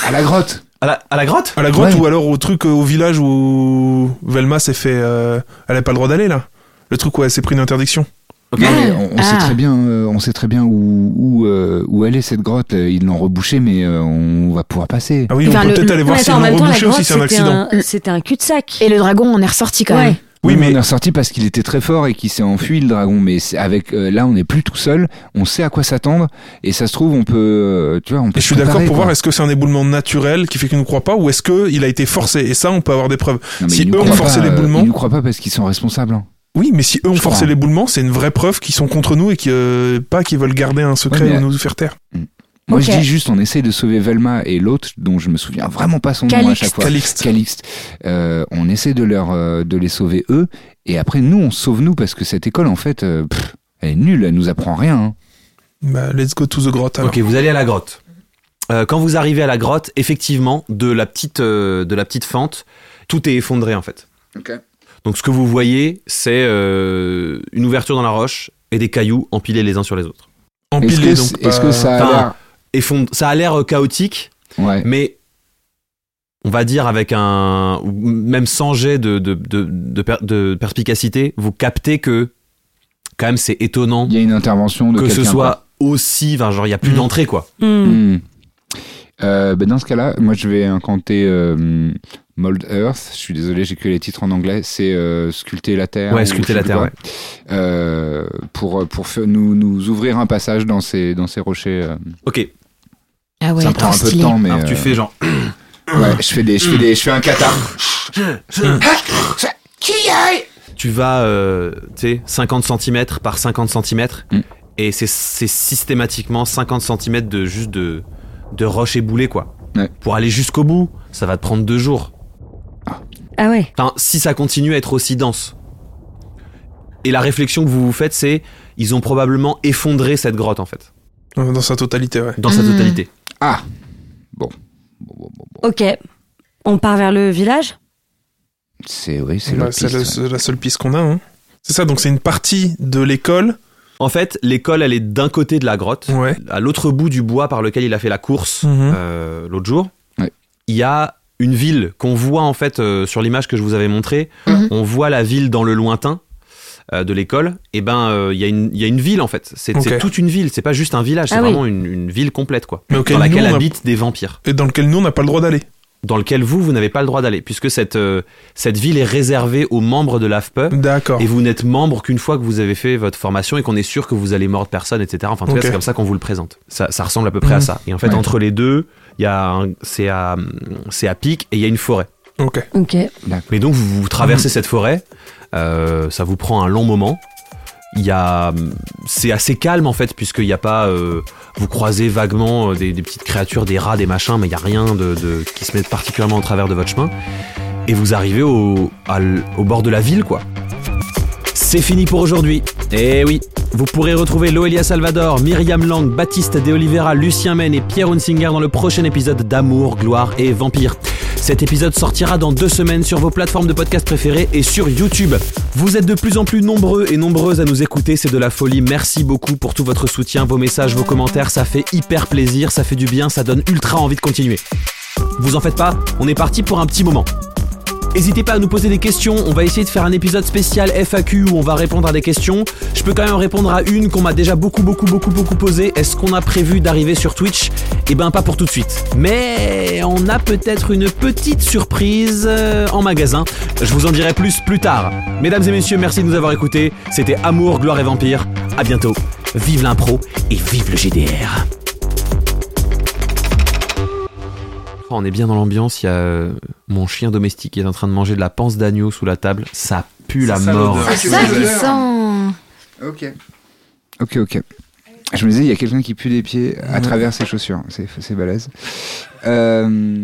F: À la grotte
A: à la, à la grotte
B: À la grotte
F: Ouais.
B: ou alors au truc euh, au village où Velma s'est fait. euh, elle a pas le droit d'aller là. Le truc où elle s'est pris une interdiction.
A: Ok.
F: Non, mais on, on
E: Ah.
F: sait très bien, euh, on sait très bien où, où, euh, où elle est cette grotte. Ils l'ont rebouchée, mais euh, on va pouvoir passer.
B: Ah oui,
E: Enfin,
B: on peut
E: le-
B: peut-être aller voir
C: Ouais,
B: si
C: attends, en
B: l'ont
C: même temps, la
B: rebouché ou si
C: grotte,
B: c'est un
C: c'était
B: accident.
C: un, c'était un cul-de-sac.
E: Et le dragon, on est ressorti quand même.
C: Ouais.
B: Oui, mais
F: on est ressorti parce qu'il était très fort et qu'il s'est enfui le dragon. Mais c'est- avec euh, là, on n'est plus tout seul. On sait à quoi s'attendre et ça se trouve, on peut, euh, tu vois, on peut.
B: Et je suis
F: se
B: d'accord
F: préparer,
B: pour
F: quoi.
B: voir est-ce que c'est un éboulement naturel qui fait qu'il nous croit pas ou est-ce que il a été forcé et ça on peut avoir des preuves.
F: Non, mais
B: si
F: ils nous
B: eux ont
F: croient
B: forcé
F: pas, euh,
B: l'éboulement-
F: Ils nous croient pas parce qu'ils sont responsables. hein.
B: Oui, mais si eux ont
F: Je
B: forcé
F: crois. hein.
B: l'éboulement, c'est une vraie preuve qu'ils sont contre nous et que euh, pas qu'ils veulent garder un secret
F: Ouais, mais- euh,
B: ou nous faire taire.
F: Moi,
C: Ok.
F: je dis juste, on essaye de sauver Velma et l'autre, dont je me souviens vraiment pas son nom à
C: Calixte.
F: chaque fois.
B: Calixte.
F: Calixte. Euh, on essaie de leur, euh, de les sauver eux, et après nous, on se sauve nous parce que cette école, en fait, euh, pff, elle est nulle, elle nous apprend rien. hein.
B: Bah, let's go to the grotte. alors.
A: Ok, vous allez à la grotte. Euh, quand vous arrivez à la grotte, effectivement, de la petite, euh, de la petite fente, tout est effondré en fait.
F: Ok.
A: Donc ce que vous voyez, c'est euh, une ouverture dans la roche et des cailloux empilés les uns sur les autres.
F: Est-ce que,
B: Empilé donc.
F: c'est- est-ce que
B: pas-
F: ça
A: Enfin,
F: a
A: Effond- Ça a l'air euh, chaotique,
F: l'air. Ouais.
A: mais on va dire avec un ou même sans jet de, de, de- de per- de perspicacité, vous captez que quand même c'est étonnant
F: Il y a une intervention de
A: que ce
F: quelqu'un, quoi.
A: soit aussi, enfin, genre il y a plus
B: Mm.
A: d'entrée quoi.
C: Hmm.
F: Hmm. Euh, ben, dans ce cas-là, moi je vais incanter euh, Mold Earth. Je suis désolé, j'ai que les titres en anglais. C'est euh, sculpter la terre.
A: Ouais,
F: ou
A: sculpter
F: je sais
A: la
F: plus
A: terre,
F: quoi.
A: ouais.
F: Euh, pour pour fa- nous, nous ouvrir un passage dans ces dans ces rochers. euh.
A: Ok,
E: Ah ouais,
F: ça
E: trop
F: prend un peu de
E: stylé.
F: temps, mais
A: alors tu
F: euh,
A: fais genre
F: ouais, je fais des je fais des je fais un catar.
A: tu vas, euh, tu sais, 50 cm par 50 cm,
F: Mm.
A: et c'est c'est systématiquement 50 cm de juste de, de roche éboulée, quoi.
F: Ouais.
A: Pour aller jusqu'au bout, ça va te prendre deux jours.
C: Ah ouais.
A: Enfin, si ça continue à être aussi dense. Et la réflexion que vous vous faites, c'est ils ont probablement effondré cette grotte, en fait,
B: Dans dans sa totalité, ouais.
A: dans sa
E: Mm.
A: totalité.
F: Ah bon. Bon, bon, bon, bon.
C: Ok. On part vers le village
F: C'est oui, c'est
B: Bah,
F: l'autre
B: c'est
F: piste,
B: le-
F: ouais.
B: c'est la seule piste qu'on a. hein. C'est ça, donc c'est une partie de l'école.
A: En fait, l'école, elle est d'un côté de la grotte,
B: Ouais.
A: à l'autre bout du bois par lequel il a fait la course
B: Mhm.
A: euh, l'autre jour.
F: Ouais.
A: Il y a une
B: Mmh.
A: ville qu'on voit en fait euh, sur l'image que je vous avais montrée.
E: Mhm.
A: On voit la ville dans le lointain. euh, de l'école, et ben euh, il y, a une- il y a une ville en fait. C'est
B: Ok.
A: c'est toute une ville, c'est pas juste un village, c'est
C: Ah oui.
A: vraiment une, une ville complète quoi.
B: Mais auquel
A: dans laquelle
B: nous, on a-
A: habitent des vampires,
B: Et dans lequel nous, on n'a pas le droit d'aller.
A: dans lequel vous, vous n'avez pas le droit d'aller, puisque cette, euh, cette ville est réservée aux membres de l'AFPE.
B: D'accord.
A: E. Et vous n'êtes membre qu'une fois que vous avez fait votre formation et qu'on est sûr que vous allez mordre personne, etc. Enfin, en tout cas,
B: Ok.
A: c'est comme ça qu'on vous le présente. Ça, ça ressemble à peu près à
B: Mhm.
A: ça. Et en fait,
F: Ouais.
A: entre les deux, il y a un- c'est à, c'est à pic et il y a une forêt.
B: Ok.
C: Ok.
A: Mais donc, vous, vous traversez cette forêt. euh, ça vous prend un long moment. Il y a, c'est assez calme en fait, puisqu'il n'y a pas, euh, vous croisez vaguement euh, des, des petites créatures, des rats, des machins, mais il n'y a rien de, de- qui se met particulièrement en travers de votre chemin. Et vous arrivez au, à l- au bord de la ville, quoi. C'est fini pour aujourd'hui. Eh oui, vous pourrez retrouver Loelia Salvador, Myriam Lang, Baptiste De Oliveira, Lucien Men et Pierre Hunsinger dans le prochain épisode d'Amour, Gloire et Vampire. Cet épisode sortira dans deux semaines sur vos plateformes de podcast préférées et sur YouTube. Vous êtes de plus en plus nombreux et nombreuses à nous écouter, c'est de la folie. Merci beaucoup pour tout votre soutien, vos messages, vos commentaires, ça fait hyper plaisir, ça fait du bien, ça donne ultra envie de continuer. Vous en faites pas, on est parti pour un petit moment. N'hésitez pas à nous poser des questions, on va essayer de faire un épisode spécial FAQ où on va répondre à des questions. Je peux quand même répondre à une qu'on m'a déjà beaucoup beaucoup beaucoup beaucoup posée. Est-ce qu'on a prévu d'arriver sur Twitch Eh ben pas pour tout de suite. Mais on a peut-être une petite surprise euh, en magasin. Je vous en dirai plus plus tard. Mesdames et messieurs, merci de nous avoir écoutés. C'était Amour, Gloire et Vampire. À bientôt. Vive l'impro et vive le GDR. Oh, On est bien dans l'ambiance, il y a euh, mon chien domestique qui est en train de manger de la panse d'agneau sous la table. Ça pue la
B: ça,
A: mort.
B: l'odeur.
E: C'est ça qui sent.
F: Ok. Ok, ok. Je me disais, il y a quelqu'un qui pue des pieds à travers ses chaussures. C'est, c'est balèze. Euh,